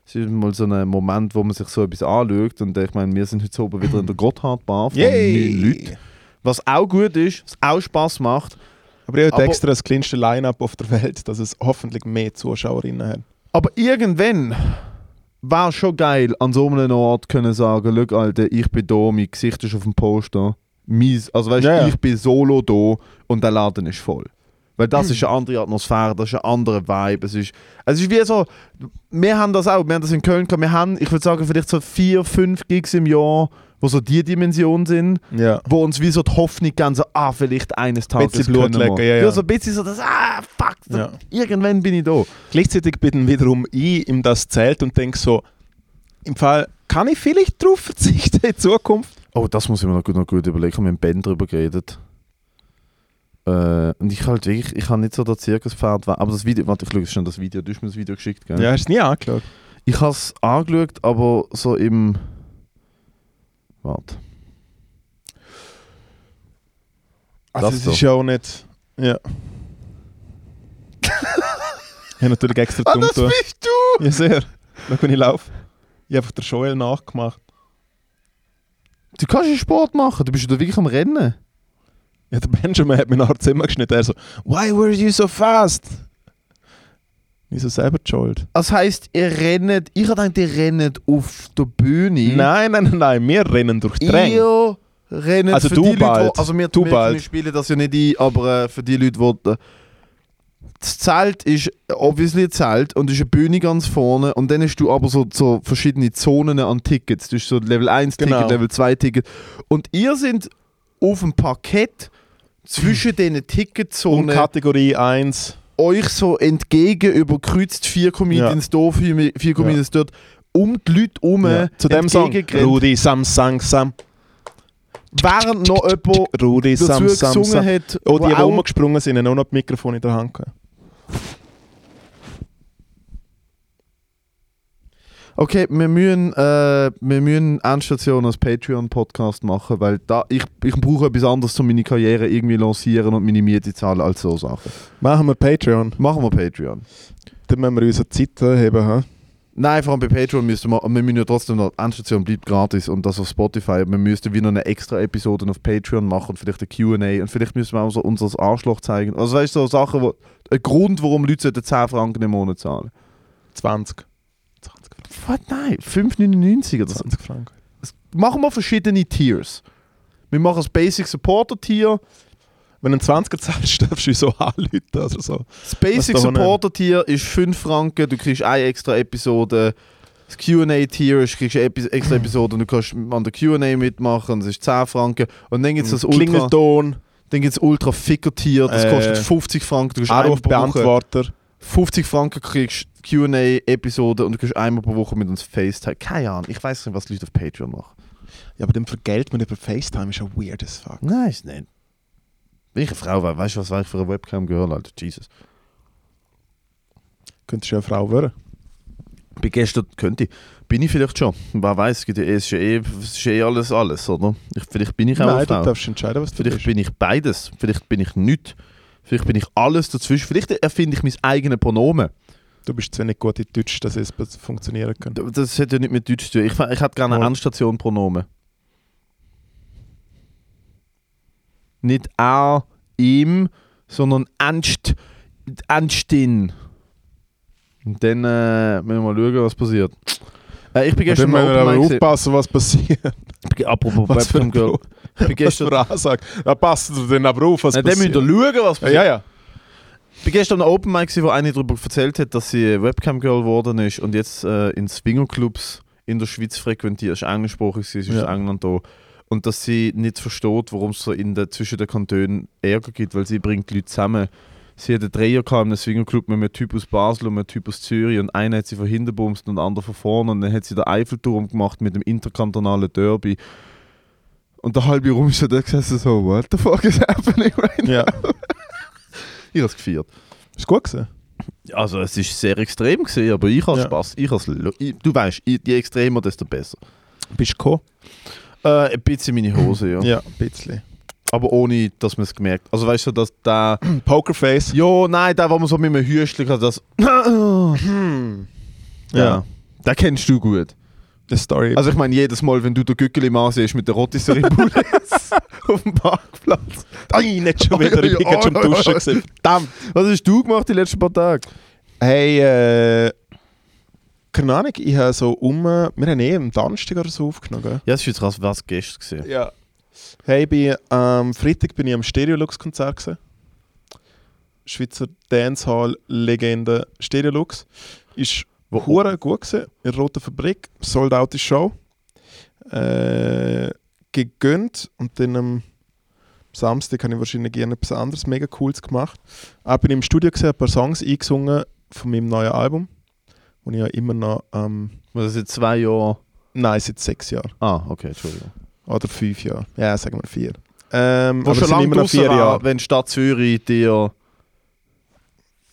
[SPEAKER 1] das ist mal so ein Moment, wo man sich so etwas anschaut. Und ich meine, wir sind heute oben wieder in der Gotthard-Bar von
[SPEAKER 2] Yay!
[SPEAKER 1] neun Leuten. Was auch gut ist, was auch Spass macht.
[SPEAKER 2] Aber ich habe
[SPEAKER 1] Aber-
[SPEAKER 2] extra das kleinste Line-Up auf der Welt, dass es hoffentlich mehr Zuschauerinnen hat.
[SPEAKER 1] Aber irgendwann wäre schon geil, an so einem Ort können sagen, schau, Alter, ich bin da, mein Gesicht ist auf dem Poster. Mein, also weißt du,
[SPEAKER 2] Ja, ja.
[SPEAKER 1] ich bin solo da und der Laden ist voll. Weil das
[SPEAKER 2] Hm.
[SPEAKER 1] ist eine andere Atmosphäre, das ist ein anderer Vibe. Es ist, es ist wie so, wir haben das auch, wir haben das in Köln gehabt, wir haben, ich würde sagen, vielleicht so vier, fünf Gigs im Jahr, wo so die Dimensionen sind,
[SPEAKER 2] Ja.
[SPEAKER 1] wo uns wie so die Hoffnung geben, so, ah, vielleicht eines Tages
[SPEAKER 2] Bisschen
[SPEAKER 1] können
[SPEAKER 2] Blut
[SPEAKER 1] wir.
[SPEAKER 2] lecken, ja, ja.
[SPEAKER 1] so ein bisschen so, das, ah, fuck,
[SPEAKER 2] Ja.
[SPEAKER 1] irgendwann bin ich da.
[SPEAKER 2] Gleichzeitig bin wiederum ich in das Zelt und denke so, im Fall kann ich vielleicht darauf verzichten in Zukunft.
[SPEAKER 1] Oh, das muss ich mir noch gut, noch gut überlegen. Ich habe mit dem Ben darüber geredet. Äh, und ich halt wirklich, ich habe nicht so der Zirkuspferd, wa- aber das Video, warte, ich schaue jetzt schon das Video, du hast mir das Video geschickt, gell?
[SPEAKER 2] Ja, hast du nie angeschaut.
[SPEAKER 1] Ich habe es angeschaut, aber so im. Warte.
[SPEAKER 2] Also
[SPEAKER 1] Das
[SPEAKER 2] es
[SPEAKER 1] doch.
[SPEAKER 2] ist ja auch nicht. Ja. ich habe natürlich extra dumm getan.
[SPEAKER 1] Ah, bist du!
[SPEAKER 2] Ja, sehr. Schau, wenn ich laufe. Ich habe einfach der Joel nachgemacht.
[SPEAKER 1] Du kannst ja Sport machen, du bist ja da wirklich am Rennen.
[SPEAKER 2] Ja, der Benjamin hat mir nach dem Zimmer geschnitten. Er so, why were you so fast? Wieso selber die Schuld?
[SPEAKER 1] Das heisst, ihr rennt, ich habe gedacht, ihr rennt auf der Bühne.
[SPEAKER 2] Nein, nein, nein, nein, wir rennen durch Dränge.
[SPEAKER 1] Ihr rennt
[SPEAKER 2] Also
[SPEAKER 1] für
[SPEAKER 2] du
[SPEAKER 1] die Leute,
[SPEAKER 2] bald.
[SPEAKER 1] die, also wir,
[SPEAKER 2] Du
[SPEAKER 1] wir, wir
[SPEAKER 2] bald.
[SPEAKER 1] spielen das ja nicht ein, aber äh, für die Leute, die äh, das Zelt ist obviously ein Zelt und ist eine Bühne ganz vorne und dann hast du aber so, so verschiedene Zonen an Tickets. Du hast so Level 1 Ticket,
[SPEAKER 2] Genau.
[SPEAKER 1] Level 2 Ticket und ihr sind auf dem Parkett zwischen diesen
[SPEAKER 2] Und
[SPEAKER 1] Ticketzonen
[SPEAKER 2] Kategorie 1.
[SPEAKER 1] euch so entgegen überkreuzt vier Comedians da, vier, vier Comedians dort um die Leute herum
[SPEAKER 2] Ja. Zu dem Song.
[SPEAKER 1] entgegengerannt.
[SPEAKER 2] Rudi, Sam, Sang, Sam.
[SPEAKER 1] während noch jemand
[SPEAKER 2] Rudi,
[SPEAKER 1] dazu
[SPEAKER 2] Sam, Sam,
[SPEAKER 1] gesungen
[SPEAKER 2] Sam.
[SPEAKER 1] hat.
[SPEAKER 2] Oh, die, die
[SPEAKER 1] wo auch-
[SPEAKER 2] rumgesprungen sind, haben auch noch das Mikrofon in der Hand gehabt.
[SPEAKER 1] Okay, wir müssen, äh, wir müssen Endstation als Patreon-Podcast machen, weil da, ich, ich brauche etwas anderes, um meine Karriere irgendwie lancieren und meine Miete zahlen als so Sachen.
[SPEAKER 2] Machen wir Patreon.
[SPEAKER 1] Machen wir Patreon.
[SPEAKER 2] Dann müssen wir unsere Zeit heben. He?
[SPEAKER 1] Nein, vor allem bei Patreon müssten wir, wir müssen ja trotzdem noch, Endstation bleibt gratis und das auf Spotify. Wir müssten wie noch eine extra Episode auf Patreon machen und vielleicht eine Q&A und vielleicht müssen wir auch so unser Arschloch zeigen. Also weißt du, so Sachen, wo, ein Grund, warum Leute sollten 10 Franken im Monat zahlen.
[SPEAKER 2] 20. 20 Franken.
[SPEAKER 1] Was? Nein, 5,99 oder so.
[SPEAKER 2] 20 Franken.
[SPEAKER 1] machen wir verschiedene Tiers. Wir machen das Basic Supporter Tier.
[SPEAKER 2] Wenn du einen 20er zahlst, darfst du uns so anrufen oder so.
[SPEAKER 1] Das Basic
[SPEAKER 2] Was da
[SPEAKER 1] Supporter Tier ist 5 Franken, du kriegst eine extra Episode. Das QA Tier ist, du kriegst eine Epi- extra Episode und du kannst an der QA mitmachen, das ist 10 Franken. Und dann gibt es das Ultra,
[SPEAKER 2] Mhm. Klingelton,
[SPEAKER 1] dann gibt's Ultra Ficker Tier, das
[SPEAKER 2] Äh,
[SPEAKER 1] kostet 50 Franken, du kriegst einmal pro Woche.
[SPEAKER 2] Anrufbeantworter.
[SPEAKER 1] 50 Franken kriegst QA Episode und du kriegst einmal pro Woche mit uns FaceTime. Keine Ahnung, ich weiß nicht, was die Leute auf Patreon machen.
[SPEAKER 2] Ja, aber dann vergelt man über FaceTime, ist ja weird as fuck.
[SPEAKER 1] Nein, ist nicht. Wenn ich eine Frau wäre, weißt du, was ich für eine Webcam gehört, Alter? Jesus.
[SPEAKER 2] Könntest du ja eine Frau werden.
[SPEAKER 1] Bin gestern könnte ich. Bin ich vielleicht schon. Wer weiß, es gibt ja eh- es ist ja eh, es ist ja eh alles, alles, oder? Ich, vielleicht bin ich auch eine
[SPEAKER 2] Nein, du
[SPEAKER 1] Frau.
[SPEAKER 2] darfst entscheiden, was du
[SPEAKER 1] Vielleicht
[SPEAKER 2] bist.
[SPEAKER 1] bin ich beides. Vielleicht bin ich nichts. Vielleicht bin ich alles dazwischen. Vielleicht erfinde ich mein eigenes Pronomen.
[SPEAKER 2] Du bist zu wenig gut in Deutsch, dass es be- funktionieren kann.
[SPEAKER 1] D- Das hat ja nicht mit Deutsch zu tun. Ich, fa- ich hätte gerne eine
[SPEAKER 2] Mal.
[SPEAKER 1] Endstation Pronomen. Nicht er, ihm, sondern Anst, Anstin. Und dann äh, müssen wir mal schauen, was passiert. Äh, ich bin
[SPEAKER 2] Und dann
[SPEAKER 1] gestern
[SPEAKER 2] müssen wir
[SPEAKER 1] mal
[SPEAKER 2] aber
[SPEAKER 1] Open Mic gewesen.
[SPEAKER 2] aufpassen, was passiert.
[SPEAKER 1] Apropos
[SPEAKER 2] Was für
[SPEAKER 1] Webcam
[SPEAKER 2] ein
[SPEAKER 1] Girl.
[SPEAKER 2] Pro-
[SPEAKER 1] Ich bin
[SPEAKER 2] Was für
[SPEAKER 1] gestern,
[SPEAKER 2] eine Ansage. Da passt du denn aber auf, was
[SPEAKER 1] Nein, dann müsst
[SPEAKER 2] passiert.
[SPEAKER 1] ihr schauen, was
[SPEAKER 2] Ja,
[SPEAKER 1] passiert.
[SPEAKER 2] ja, ja.
[SPEAKER 1] Ich bin gestern an einem Open Mic, gewesen, wo eine darüber erzählt hat, dass sie Webcam Girl geworden ist und jetzt äh, in Swingerclubs in der Schweiz frequentiert. Ist angesprochen, sie ist aus
[SPEAKER 2] Ja.
[SPEAKER 1] England da. Und dass sie nicht versteht, warum es so in der, zwischen den Kantonen Ärger gibt, weil sie bringt die Leute zusammen. Sie hat einen Dreier gehabt in einem Swingerclub mit einem Typ aus Basel und einem Typ aus Zürich und einer hat sie von hinten bumst und der andere von vorne und dann hat sie den Eiffelturm gemacht mit dem interkantonalen Derby. Und der halbe Rum ist ja da gesessen so, what the fuck is happening right now?
[SPEAKER 2] ja.
[SPEAKER 1] Ich hab's gefeiert.
[SPEAKER 2] Ist gut gewesen.
[SPEAKER 1] Also es ist sehr extrem gesehen, aber ich habe
[SPEAKER 2] Ja.
[SPEAKER 1] Spaß. Ich has, du weißt, je extremer, desto besser.
[SPEAKER 2] Bist du gekommen?
[SPEAKER 1] Äh, ein bisschen meine Hose, ja.
[SPEAKER 2] Ja, ein bisschen.
[SPEAKER 1] Aber ohne, dass man es gemerkt Also weißt du, dass da.
[SPEAKER 2] Hm, Pokerface.
[SPEAKER 1] Jo, nein, da, wo man so mit einem Hüstchen hat, das.
[SPEAKER 2] Mhm. Ja.
[SPEAKER 1] Ja. Da kennst du gut.
[SPEAKER 2] Die Story.
[SPEAKER 1] Also ich meine, jedes Mal, wenn du den Gückeli mal siehst mit der Rotisserie-Bude auf dem Parkplatz.
[SPEAKER 2] Ai, nicht schon wieder. Ich bin
[SPEAKER 1] Oi, oi,
[SPEAKER 2] gerade schon
[SPEAKER 1] oi,
[SPEAKER 2] am Duschen
[SPEAKER 1] oi.
[SPEAKER 2] gewesen. Verdammt.
[SPEAKER 1] Was hast du gemacht die letzten paar Tage?
[SPEAKER 2] Hey, äh... Keine Ahnung, ich habe so um... Wir haben eh am Donnerstag oder so aufgenommen, gell?
[SPEAKER 1] Ja, es ist jetzt krass, was gestern gesehen.
[SPEAKER 2] Ja. Hey, bei, am Freitag bin ich am Stereolux-Konzert. gewesen. Schweizer Dancehall-Legende Stereolux. Ist hure gut gewesen, in der Roten Fabrik. Sold out die Show. äh, gegönnt und dann am Samstag habe ich wahrscheinlich gerne etwas anderes mega cooles gemacht. Auch bin ich im Studio gesehen, ein paar Songs eingesungen von meinem neuen Album, wo ich ja immer noch, ähm,
[SPEAKER 1] Was ist jetzt zwei Jahre?
[SPEAKER 2] nein, seit sechs Jahren
[SPEAKER 1] Ah, okay, Entschuldigung.
[SPEAKER 2] oder fünf Jahren, ja, sagen wir vier. Ähm,
[SPEAKER 1] Wo
[SPEAKER 2] aber es
[SPEAKER 1] schon
[SPEAKER 2] sind
[SPEAKER 1] lange
[SPEAKER 2] immer noch
[SPEAKER 1] draussen
[SPEAKER 2] vier
[SPEAKER 1] war,
[SPEAKER 2] Jahre.
[SPEAKER 1] wenn die Stadt Zürich dir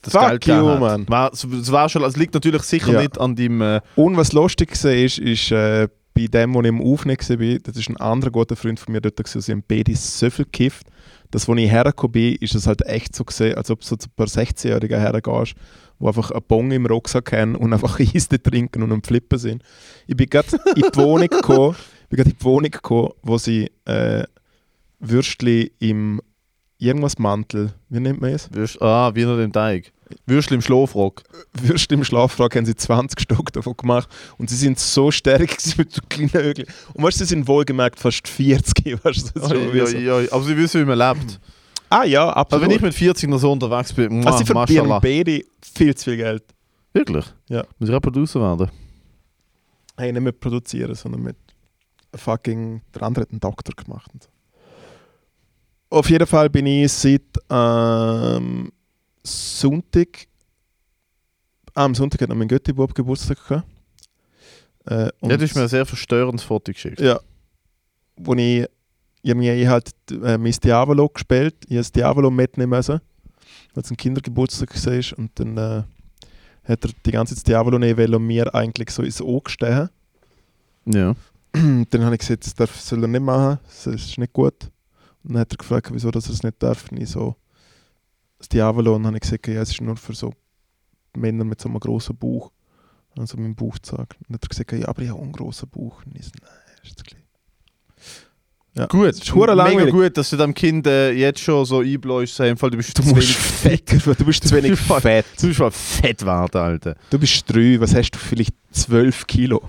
[SPEAKER 1] das
[SPEAKER 2] Fuck
[SPEAKER 1] Geld gegeben
[SPEAKER 2] you,
[SPEAKER 1] hat.
[SPEAKER 2] man.
[SPEAKER 1] War, es- es war schon, es liegt natürlich sicher
[SPEAKER 2] Ja.
[SPEAKER 1] nicht an deinem. Äh,
[SPEAKER 2] Und was lustig war, ist, ist äh, bei dem, wo ich im Aufnehmen war, das ist ein anderer guter Freund von mir dort, gewesen, sie haben beide so viel gekifft, dass, wo ich hergekommen bin, ist es halt echt so gesehen, als ob du so zu ein paar 16-Jährigen hergehst, die einfach einen Bong im Rucksack haben und einfach Eis dort trinken und am Flippen sind. Ich bin gerade in die Wohnung gekommen, ich bin grad in die Wohnung gekommen, wo sie äh, Würstchen im irgendwas Mantel, wie nennt man es?
[SPEAKER 1] Würst, ah, Wiener dem Teig. Würstel im Schlafrock.
[SPEAKER 2] Würste im Schlafrock haben sie 20 Stück davon gemacht und sie sind so stark gewesen mit so kleinen Ögeln. Und weißt du, sie sind wohlgemerkt fast 40, weißt du, das ist schon
[SPEAKER 1] Oi,
[SPEAKER 2] wieder so.
[SPEAKER 1] oi, oi. Aber sie wissen, wie man lebt.
[SPEAKER 2] Ah ja,
[SPEAKER 1] Also,
[SPEAKER 2] absolut.
[SPEAKER 1] wenn ich mit 40 noch so unterwegs bin,
[SPEAKER 2] also sie
[SPEAKER 1] mwah,
[SPEAKER 2] verdienen
[SPEAKER 1] Maschallah.
[SPEAKER 2] beide viel zu viel Geld.
[SPEAKER 1] Wirklich?
[SPEAKER 2] Ja.
[SPEAKER 1] Muss ich auch Producer werden?
[SPEAKER 2] Hey, nicht mit produzieren, sondern mit fucking, der andere hat einen Doktor gemacht. Und so. Auf jeden Fall bin ich seit ähm, Sonntag, ah, am Sonntag hat noch mein Götti-Bub Geburtstag gehabt. Äh, und-
[SPEAKER 1] Ja, du hast mir ein sehr verstörendes Foto geschickt.
[SPEAKER 2] Ja. Wo ich irgendwie ich halt äh, mein Diavolo gespielt, ich habe das Diavolo mitnehmen müssen, weil es ein Kindergeburtstag war und dann äh, hat er die ganze Zeit das Diavolo nehmen wollen und mir eigentlich so ins Ohr gestehen.
[SPEAKER 1] Ja.
[SPEAKER 2] dann habe ich gesagt, das darf, soll er nicht machen, das ist nicht gut. Und dann hat er gefragt, wieso dass er es nicht darf. Und ich so, das Diavolo. Und dann habe ich gesagt, ja, es ist nur für so Männer mit so einem grossen Bauch. Also meinen Bauch gezeigt. Und dann hat er gesagt, ja, aber ich habe auch einen grossen Bauch. Und ich so, nein, ist das gleich. Ja.
[SPEAKER 1] Gut,
[SPEAKER 2] ist hure
[SPEAKER 1] mega
[SPEAKER 2] langweilig.
[SPEAKER 1] gut, dass du dem Kind äh, jetzt schon so einbläust, im Fall, du bist
[SPEAKER 2] Du
[SPEAKER 1] zu
[SPEAKER 2] musst
[SPEAKER 1] wenig
[SPEAKER 2] fetter, werden, du bist zu wenig fett.
[SPEAKER 1] Du bist mal fett werden, Alter.
[SPEAKER 2] Du bist drei, was hast du? Vielleicht zwölf Kilo.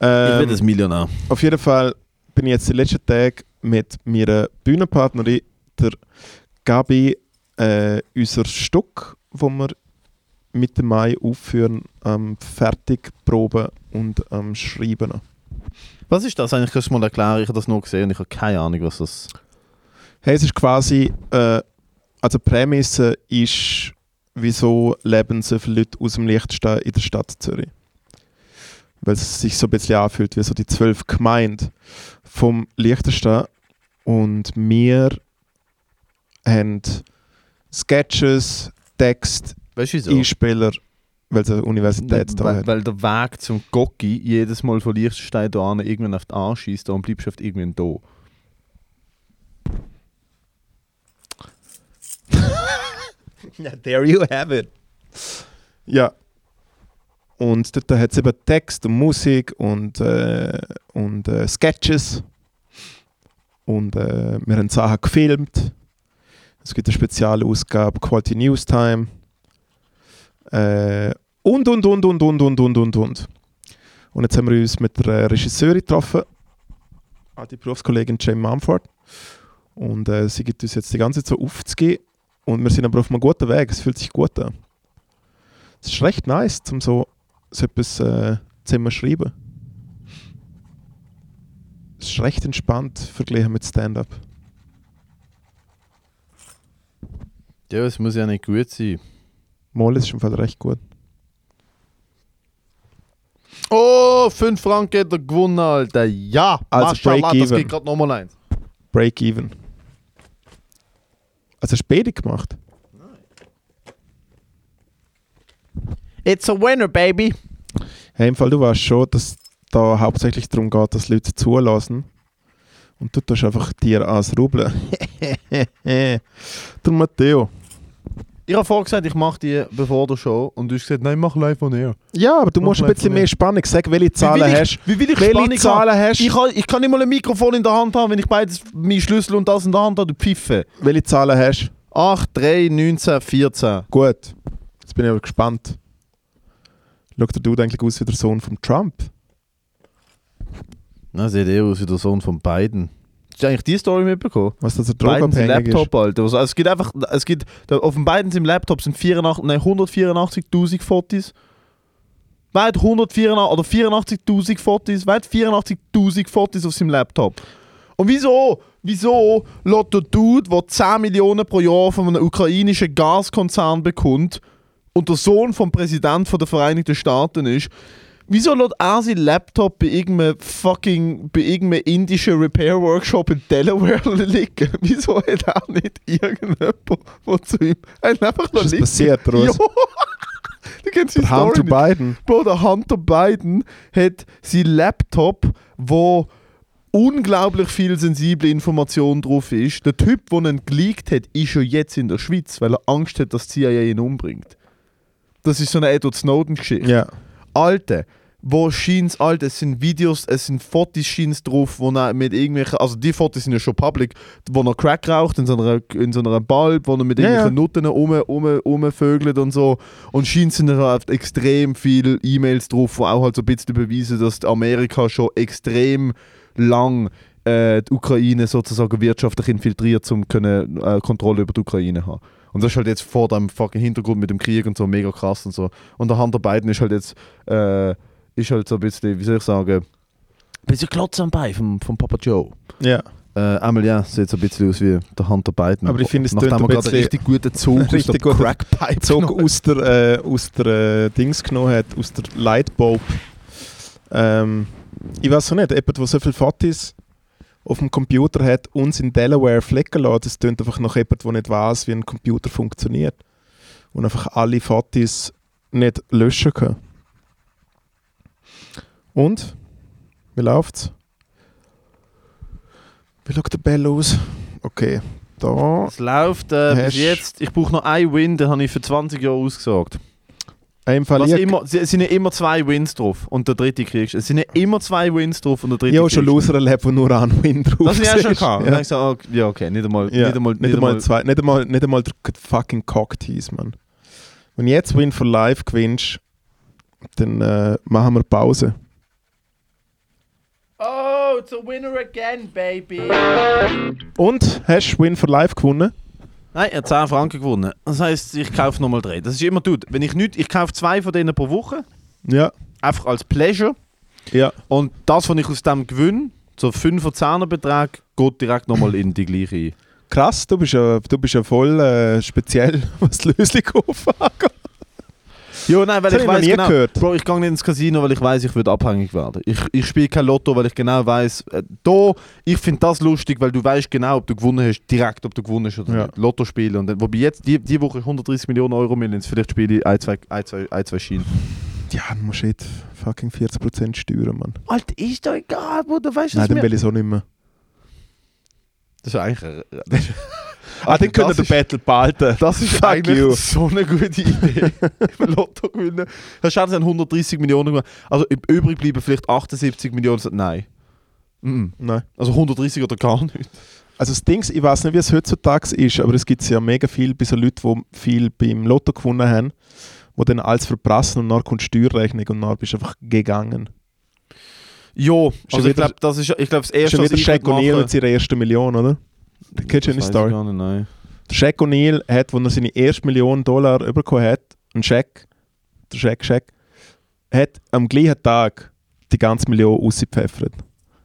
[SPEAKER 2] Ähm,
[SPEAKER 1] Millionär.
[SPEAKER 2] Auf jeden Fall bin ich jetzt die letzten Tage mit meiner Bühnenpartnerin, der Gabi, äh, unser Stück, wo wir Mitte Mai aufführen, ähm, fertig proben und ähm, schreiben.
[SPEAKER 1] Was ist das eigentlich? Kannst du mal erklären? Ich habe das nur gesehen und ich habe keine Ahnung, was das
[SPEAKER 2] Hey, es ist quasi, äh, also die Prämisse ist, wieso leben so viele Leute aus dem Lichtstein in der Stadt Zürich? Weil es sich so ein bisschen anfühlt wie so die zwölf Gemeinden vom Liechtenstein. Und wir haben Sketches, Text,
[SPEAKER 1] Weißt du, wieso?
[SPEAKER 2] Einspieler, weil es eine Universität da
[SPEAKER 1] weil,
[SPEAKER 2] hat.
[SPEAKER 1] weil der Weg zum Gocki jedes Mal von Liechtenstein da an irgendwann auf die Arsch ist und bleibst du auf irgendwann da.
[SPEAKER 2] there you have it. Ja. Und dort hat es eben Text und Musik und, äh, und äh, Sketches. Und äh, wir haben Sachen gefilmt. Es gibt eine Spezialausgabe Quality News Time. Äh, und, und, und, und, und, und, und, und, und. Und jetzt haben wir uns mit der Regisseurin getroffen, auch die Berufskollegin Jane Mumford. Und äh, sie gibt uns jetzt die ganze Zeit so aufzugehen. Und wir sind aber auf einem guten Weg. Es fühlt sich gut an. Es ist recht nice, um so, so etwas äh, zusammen zu schreiben. Es ist recht entspannt verglichen mit Stand-up.
[SPEAKER 1] Ja, es muss ja nicht gut sein.
[SPEAKER 2] Mal ist im Fall recht gut.
[SPEAKER 1] Oh, 5 Franken hat er gewonnen, Alter. Ja,
[SPEAKER 2] Also
[SPEAKER 1] Maschallah, das
[SPEAKER 2] break-even.
[SPEAKER 1] geht gerade nochmal eins.
[SPEAKER 2] Break-even. Also spät gemacht.
[SPEAKER 3] It's a winner, baby.
[SPEAKER 2] Hey, im Fall, du weißt schon, dass da hauptsächlich darum geht, dass Leute zulassen. Und du tust einfach dir ans Rubeln. Der Matteo.
[SPEAKER 1] Ich habe vorher gesagt, ich mache die bevor der Show und du hast gesagt, nein, mach live on air.
[SPEAKER 2] Ja, aber du
[SPEAKER 1] Mach
[SPEAKER 2] musst ein
[SPEAKER 1] live
[SPEAKER 2] bisschen
[SPEAKER 1] von mir.
[SPEAKER 2] mehr Spannung. Sag, welche Zahlen
[SPEAKER 1] will
[SPEAKER 2] hast
[SPEAKER 1] Ich, wie will ich
[SPEAKER 2] Welche
[SPEAKER 1] Spannung haben?
[SPEAKER 2] Zahlen hast
[SPEAKER 1] Ich kann, ich kann nicht mal ein Mikrofon in der Hand haben, wenn ich beides, meinen Schlüssel und das in der Hand habe, du Pfiffe.
[SPEAKER 2] Welche Zahlen hast
[SPEAKER 1] 8, 3, 19, 14.
[SPEAKER 2] Gut. Jetzt bin ich aber gespannt. Schaut der Dude eigentlich aus wie der Sohn von Trump?
[SPEAKER 1] Na, sieht eher aus wie der Sohn von Biden. Hast du eigentlich die Story mitbekommen?
[SPEAKER 2] Was das ein
[SPEAKER 1] Bidens
[SPEAKER 2] Drogenabhängig ist?
[SPEAKER 1] Laptop, Alter. Also, es gibt einfach, es gibt, da auf dem Bidens im Laptop sind 84 nein, 184.000 Fotos Wer hat 184 oder 84.000 Fotos? Wer hat 84.000 Fotos auf seinem Laptop? Und wieso? Wieso lässt der Dude, der 10 Millionen pro Jahr von einem ukrainischen Gaskonzern bekommt und der Sohn vom Präsidenten der Vereinigten Staaten ist, wieso lässt er seinen Laptop bei irgendeinem fucking, bei irgendeinem indischen Repair-Workshop in Delaware liegen? Wieso hat er nicht irgendjemand, der zu ihm... Er hat einfach noch
[SPEAKER 2] Ist das
[SPEAKER 1] liegen.
[SPEAKER 2] passiert, oder
[SPEAKER 1] Ja.
[SPEAKER 2] was?
[SPEAKER 1] Du kennst die
[SPEAKER 2] Der Hand
[SPEAKER 1] Story
[SPEAKER 2] zu
[SPEAKER 1] nicht.
[SPEAKER 2] Biden.
[SPEAKER 1] Bro, der Hunter Biden hat seinen Laptop, wo unglaublich viel sensible Information drauf ist. Der Typ, der ihn geleakt hat, ist schon jetzt in der Schweiz, weil er Angst hat, dass die CIA ihn umbringt. Das ist so eine Edward Snowden-Geschichte.
[SPEAKER 2] Ja.
[SPEAKER 1] Alte, wo scheint's alt, es sind Videos, es sind Fotos scheint's drauf, wo er mit irgendwelchen, also die Fotos sind ja schon public, wo er Crack raucht in so einer, in so einer Balb, wo er mit
[SPEAKER 2] Ja,
[SPEAKER 1] irgendwelchen Nutten um, um, rumvögelt und so und scheint's sind da halt extrem viele E-Mails drauf, wo auch halt so ein bisschen beweisen, dass die Amerika schon extrem lang äh, die Ukraine sozusagen wirtschaftlich infiltriert, um können, äh, Kontrolle über die Ukraine zu haben. Und das ist halt jetzt vor dem fucking Hintergrund mit dem Krieg und so mega krass und so. Und der Hunter Biden ist halt jetzt, äh, ist halt so ein bisschen, wie soll ich sagen, ein bisschen Klotz am Bein vom, vom Papa Joe.
[SPEAKER 2] Ja.
[SPEAKER 1] Äh, einmal ja, sieht so ein bisschen aus wie der Hunter Biden.
[SPEAKER 2] Aber ich finde, es
[SPEAKER 1] Nachdem
[SPEAKER 2] tönt
[SPEAKER 1] er
[SPEAKER 2] ein
[SPEAKER 1] gerade einen
[SPEAKER 2] bisschen-
[SPEAKER 1] richtig guten Zug aus
[SPEAKER 2] Richtig
[SPEAKER 1] der
[SPEAKER 2] guter
[SPEAKER 1] Crackpipe
[SPEAKER 2] Zog
[SPEAKER 1] genommen
[SPEAKER 2] aus der, äh, aus der äh, Dings genommen hat, aus der Lightbulb. Ähm, ich weiß auch nicht, jemand, der so viele Fotos auf dem Computer hat, uns in Delaware flecken lässt, das tönt einfach nach jemand, der nicht weiß, wie ein Computer funktioniert. Und einfach alle Fotos nicht löschen kann. Und? Wie läuft's? Wie schaut der Bell aus? Okay, da
[SPEAKER 1] Es läuft äh,
[SPEAKER 2] Hast-
[SPEAKER 1] bis jetzt, ich brauche noch einen Win, den habe ich für 20 Jahre ausgesagt.
[SPEAKER 2] ein
[SPEAKER 1] Was
[SPEAKER 2] verliert.
[SPEAKER 1] immer, es sind ja immer zwei Wins drauf und der dritte kriegst du. Es sind ja immer zwei Wins drauf und der dritte
[SPEAKER 2] Ich habe
[SPEAKER 1] kriegst
[SPEAKER 2] schon
[SPEAKER 1] du.
[SPEAKER 2] Loser erlebt, wo nur ein Win drauf
[SPEAKER 1] Das ist ja
[SPEAKER 2] ist.
[SPEAKER 1] schon gehabt. Und dann
[SPEAKER 2] Ja.
[SPEAKER 1] hab ich gesagt, oh, ja, okay, nicht einmal,
[SPEAKER 2] Ja,
[SPEAKER 1] nicht einmal,
[SPEAKER 2] nicht, einmal zwei, nicht, einmal, nicht einmal der k- fucking Cocktease, Mann. Wenn jetzt Win for Life gewinnst, dann äh, machen wir Pause.
[SPEAKER 3] Oh, it's a winner again, baby.
[SPEAKER 2] Und hast du Win for Life gewonnen?
[SPEAKER 1] Nein, er hat 10 Franken gewonnen. Das heisst, ich kaufe nochmal drei. Das ist immer gut. Wenn ich nicht, ich kaufe zwei von denen pro Woche,
[SPEAKER 2] Ja.
[SPEAKER 1] einfach als Pleasure.
[SPEAKER 2] Ja.
[SPEAKER 1] Und das, was ich aus dem gewinne, so 5 oder 10er Betrag, geht direkt nochmal in die gleiche ein.
[SPEAKER 2] Krass, du bist ja, du bist ja voll äh, speziell, was die Lösung angeht.
[SPEAKER 1] Ja, nein, weil ich
[SPEAKER 2] Das hab ich noch
[SPEAKER 1] weiß
[SPEAKER 2] nie
[SPEAKER 1] genau.
[SPEAKER 2] gehört.
[SPEAKER 1] Bro, ich gehe nicht ins Casino, weil ich weiß, ich würde abhängig werden. Ich, ich spiele kein Lotto, weil ich genau weiß, äh, da, ich finde das lustig, weil du weißt genau, ob du gewonnen hast, direkt, ob du gewonnen hast oder
[SPEAKER 2] Ja.
[SPEAKER 1] nicht. Lotto spielen und dann, wobei jetzt die, die Woche 130 Millionen Euro Millions, vielleicht spiele ich ein, zwei, ein, zwei, ein, zwei Schienen.
[SPEAKER 2] Ja, dann musst du jetzt fucking 40% steuern, Mann.
[SPEAKER 1] Alter, ist doch egal, Bruder, weißt du was
[SPEAKER 2] Nein, dann
[SPEAKER 1] mir... Ah,
[SPEAKER 2] will ich es auch nicht mehr.
[SPEAKER 1] Das ist eigentlich. äh,
[SPEAKER 2] Ah, dann können wir
[SPEAKER 1] das
[SPEAKER 2] den
[SPEAKER 1] ist-
[SPEAKER 2] Battle behalten.
[SPEAKER 1] Das ist
[SPEAKER 2] Fuck
[SPEAKER 1] eigentlich
[SPEAKER 2] you.
[SPEAKER 1] so eine gute Idee. Im Lotto gewinnen. Das Schaden sind 130 Millionen gemacht. Also im Übrigen bleiben vielleicht 78 Millionen. Nein. Mhm.
[SPEAKER 2] Nein.
[SPEAKER 1] Also 130 oder gar nicht.
[SPEAKER 2] Also das Ding, ist, ich weiß nicht, wie es heutzutage ist, aber es gibt ja mega viel bei so Leuten, die viel beim Lotto gewonnen haben, die dann alles verprassen und dann kommt die Steuerrechnung und dann bist du einfach gegangen.
[SPEAKER 1] Jo,
[SPEAKER 2] Schon
[SPEAKER 1] also ich
[SPEAKER 2] wieder-
[SPEAKER 1] glaube, das ist ich glaub, das
[SPEAKER 2] Erst
[SPEAKER 1] erste,
[SPEAKER 2] Schon wieder Shaq
[SPEAKER 1] würd
[SPEAKER 2] O'Neal
[SPEAKER 1] machen-
[SPEAKER 2] mit seiner ersten Million, oder? Der kennst du ja
[SPEAKER 1] Das
[SPEAKER 2] nicht,
[SPEAKER 1] weiss ich
[SPEAKER 2] Star.
[SPEAKER 1] gar nicht, nein.
[SPEAKER 2] Der Shaq O'Neal hat, als er seine erste Million Dollar bekommen hat, und Shaq, der Shaq, Shaq, hat am gleichen Tag die ganze Million rausgepfeffert.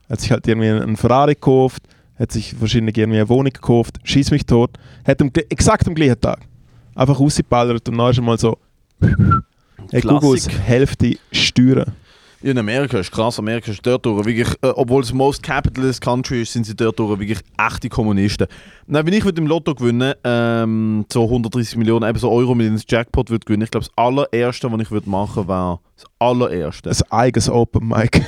[SPEAKER 2] Hat sich halt irgendwie einen Ferrari gekauft, hat sich wahrscheinlich irgendwie eine Wohnung gekauft, schieß mich tot, hat am, gle- exakt am gleichen Tag einfach rausgeballert und dann ist er mal so, hey Google, Hälfte Steuern.
[SPEAKER 1] Ja, in Amerika ist krass. Amerika ist dort durch. Wirklich, äh, obwohl es most capitalist country ist, sind sie dort durch wirklich echte Kommunisten. Nein, wenn ich mit dem Lotto gewinnen, ähm, so 130 Millionen eben so Euro mit ins Jackpot würde gewinnen, ich glaube, das allererste, was ich würde machen, wäre das allererste.
[SPEAKER 2] Ein eigenes Open Mic.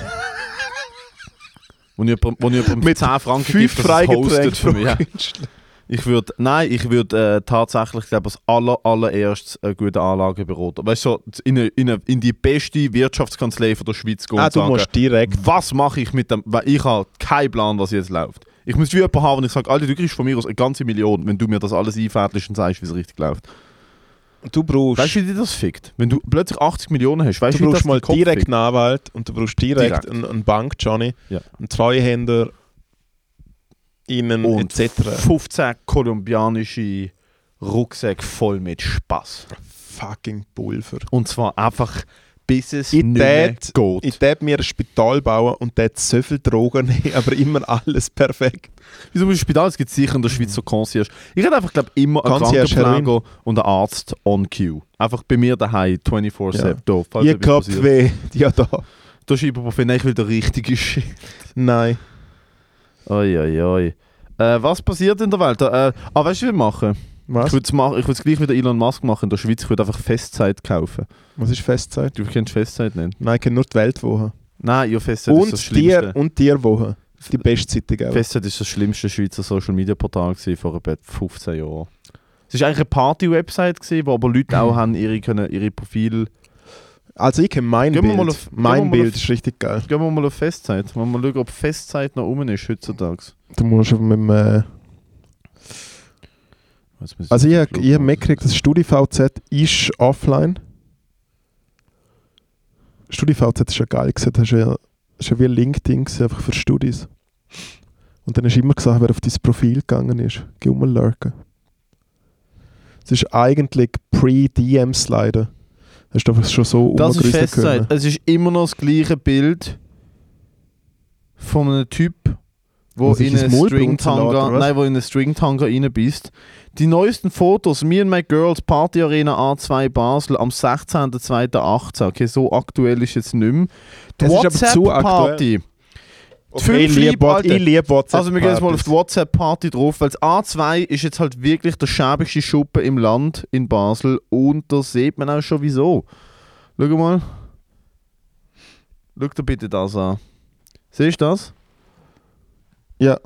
[SPEAKER 1] Wenn ich jemandem
[SPEAKER 2] Mit
[SPEAKER 1] 10 Franken gibt, dass es hostet für mich.
[SPEAKER 2] pro
[SPEAKER 1] Ja.
[SPEAKER 2] Künstler.
[SPEAKER 1] Ich würde, nein, ich würde äh, tatsächlich, glaube als aller, allererstes eine gute Anlage beraten. Weißt du, so in, eine, in, eine, in die beste Wirtschaftskanzlei von der Schweiz gehen
[SPEAKER 2] Ah,
[SPEAKER 1] und
[SPEAKER 2] du
[SPEAKER 1] sagen,
[SPEAKER 2] musst direkt.
[SPEAKER 1] was mache ich mit dem, weil ich habe keinen Plan, was jetzt läuft. Ich muss wie jemanden haben, und ich sage, Alter, du kriegst von mir aus eine ganze Million, wenn du mir das alles einfädelst und sagst, wie es richtig läuft.
[SPEAKER 2] Du brauchst.
[SPEAKER 1] Weißt du, wie dir das fickt? Wenn du plötzlich 80 Millionen hast, weißt
[SPEAKER 2] du
[SPEAKER 1] wie das
[SPEAKER 2] brauchst
[SPEAKER 1] den
[SPEAKER 2] mal
[SPEAKER 1] Kopf
[SPEAKER 2] direkt
[SPEAKER 1] fickt?
[SPEAKER 2] einen Anwalt und du brauchst direkt,
[SPEAKER 1] Direkt.
[SPEAKER 2] Einen, einen Bank, Johnny,
[SPEAKER 1] Ja.
[SPEAKER 2] einen Zweihänder, einen
[SPEAKER 1] und
[SPEAKER 2] etc.
[SPEAKER 1] 15 kolumbianische Rucksäcke voll mit Spaß.
[SPEAKER 2] Fucking Pulver.
[SPEAKER 1] Und zwar einfach
[SPEAKER 3] bis es
[SPEAKER 2] Ich
[SPEAKER 3] nicht mehr
[SPEAKER 2] tät-
[SPEAKER 3] geht.
[SPEAKER 2] Ich würde mir ein Spital bauen und dort so viel Drogen nehmen, aber immer alles perfekt.
[SPEAKER 1] Wieso muss ich Spital? Es gibt sicher in der Schweiz so Concierge. Ich hätte einfach, glaube immer einen
[SPEAKER 2] Mhm. Concierge,
[SPEAKER 1] Krankenpfleger und einen Arzt on cue. Einfach bei mir daheim, 24-7.
[SPEAKER 2] Ja.
[SPEAKER 1] da, falls
[SPEAKER 2] Ihr
[SPEAKER 1] etwas
[SPEAKER 2] Kopf
[SPEAKER 1] passiert.
[SPEAKER 2] weh. Ja, da.
[SPEAKER 1] Da ist Ibuprofen. Nein, ich will der richtige Shit.
[SPEAKER 2] Nein.
[SPEAKER 1] Oi, oi, oi. Äh, was passiert in der Welt? Äh, ah, weißt du, was ich machen? Ich
[SPEAKER 2] Was?
[SPEAKER 1] würde es mach, ich würd's gleich wieder Elon Musk machen in der Schweiz. Ich würde einfach Festzeit kaufen.
[SPEAKER 2] Was ist Festzeit?
[SPEAKER 1] Du kennst Festzeit nicht?
[SPEAKER 2] Nein, ich kenne nur die Weltwoche.
[SPEAKER 1] Nein, ja, Festzeit ist
[SPEAKER 2] Und,
[SPEAKER 1] das
[SPEAKER 2] Tier
[SPEAKER 1] Schlimmste.
[SPEAKER 2] und Tierwoche. Die beste Zeitung auch.
[SPEAKER 1] Festzeit ist das schlimmste Schweizer Social Media Portal gewesen, vor etwa 15 Jahren. Es war eigentlich eine Party-Website, gewesen, wo aber Leute auch haben ihre, können, ihre Profile.
[SPEAKER 2] Also ich kenne mein
[SPEAKER 1] Gehen wir
[SPEAKER 2] Bild.
[SPEAKER 1] mal auf- gehen wir
[SPEAKER 2] mein
[SPEAKER 1] mal
[SPEAKER 2] Bild
[SPEAKER 1] auf-
[SPEAKER 2] ist richtig geil.
[SPEAKER 1] Gehen wir mal auf Festzeit. Mal mal schauen, ob Festzeit noch rum ist heutzutage.
[SPEAKER 2] Du musst mit dem... Äh,
[SPEAKER 1] Jetzt muss
[SPEAKER 2] also ich,
[SPEAKER 1] auf
[SPEAKER 2] hab-
[SPEAKER 1] den Club
[SPEAKER 2] ich habe
[SPEAKER 1] machen.
[SPEAKER 2] mitgekriegt, dass StudiVZ ist offline. StudiVZ ist ja geil gewesen. Das ist ja, ist ja wie LinkedIn gewesen, einfach für Studis. Und dann ist immer gesagt, wer auf dein Profil gegangen ist. Geh mal lurken. Es ist eigentlich Pre-DM-Slider. Hast du einfach schon so
[SPEAKER 1] Das ist
[SPEAKER 2] rumgerissen
[SPEAKER 1] Festzeit.
[SPEAKER 2] können.
[SPEAKER 1] Es ist immer noch das gleiche Bild von einem Typ, wo
[SPEAKER 2] Was ist
[SPEAKER 1] in
[SPEAKER 2] das,
[SPEAKER 1] einen
[SPEAKER 2] Maulbrunzenlader,
[SPEAKER 1] Stringtanga,
[SPEAKER 2] oder was?
[SPEAKER 1] nein, wo in einen Stringtanga reinbeißt. Die neuesten Fotos, Me and My Girls, Party Arena A2 Basel am 16.02.18. Okay, so aktuell ist jetzt nicht mehr. Die
[SPEAKER 2] Es ist aber zu
[SPEAKER 1] WhatsApp-Party.
[SPEAKER 2] Okay, ich
[SPEAKER 1] Fünf
[SPEAKER 2] liebe
[SPEAKER 1] lieb,
[SPEAKER 2] What-
[SPEAKER 1] Alter.
[SPEAKER 2] ich liebe WhatsApp.
[SPEAKER 1] Also wir gehen jetzt mal auf die WhatsApp-Party drauf, weil das A2 ist jetzt halt wirklich der schäbigste Schuppen im Land in Basel und da sieht man auch schon wieso. Schau mal. Schau dir bitte das an. Siehst du das?
[SPEAKER 2] Ja.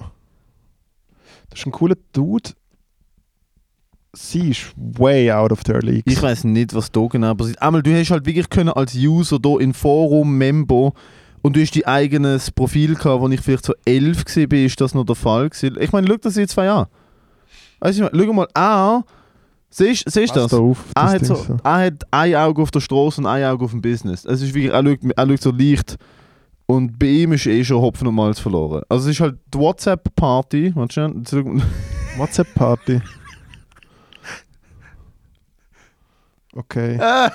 [SPEAKER 2] Das ist ein cooler Dude. Sie ist way out of their league.
[SPEAKER 1] Ich weiß nicht, was da genau passiert. Einmal, du hast halt wirklich können als User da in Forum, Membo und du hast dein eigenes Profil gehabt, wo ich vielleicht so 11 war, ist das noch der Fall gewesen. Ich meine, schau das jetzt zwei an. Weißt du, schau mal an. Siehst siehst du das?
[SPEAKER 2] da auf,
[SPEAKER 1] Er
[SPEAKER 2] das
[SPEAKER 1] Ah, hat,
[SPEAKER 2] Ding
[SPEAKER 1] so,
[SPEAKER 2] so.
[SPEAKER 1] er hat ein Auge auf der Straße und ein Auge auf dem Business. Es ist wirklich, er schaut, er schaut so leicht. Und bei ihm ist eh schon Hopfen und Malz verloren. Also es ist halt die WhatsApp-Party. Warte schnell, jetzt schau-
[SPEAKER 2] WhatsApp-Party. Okay.
[SPEAKER 1] Ah,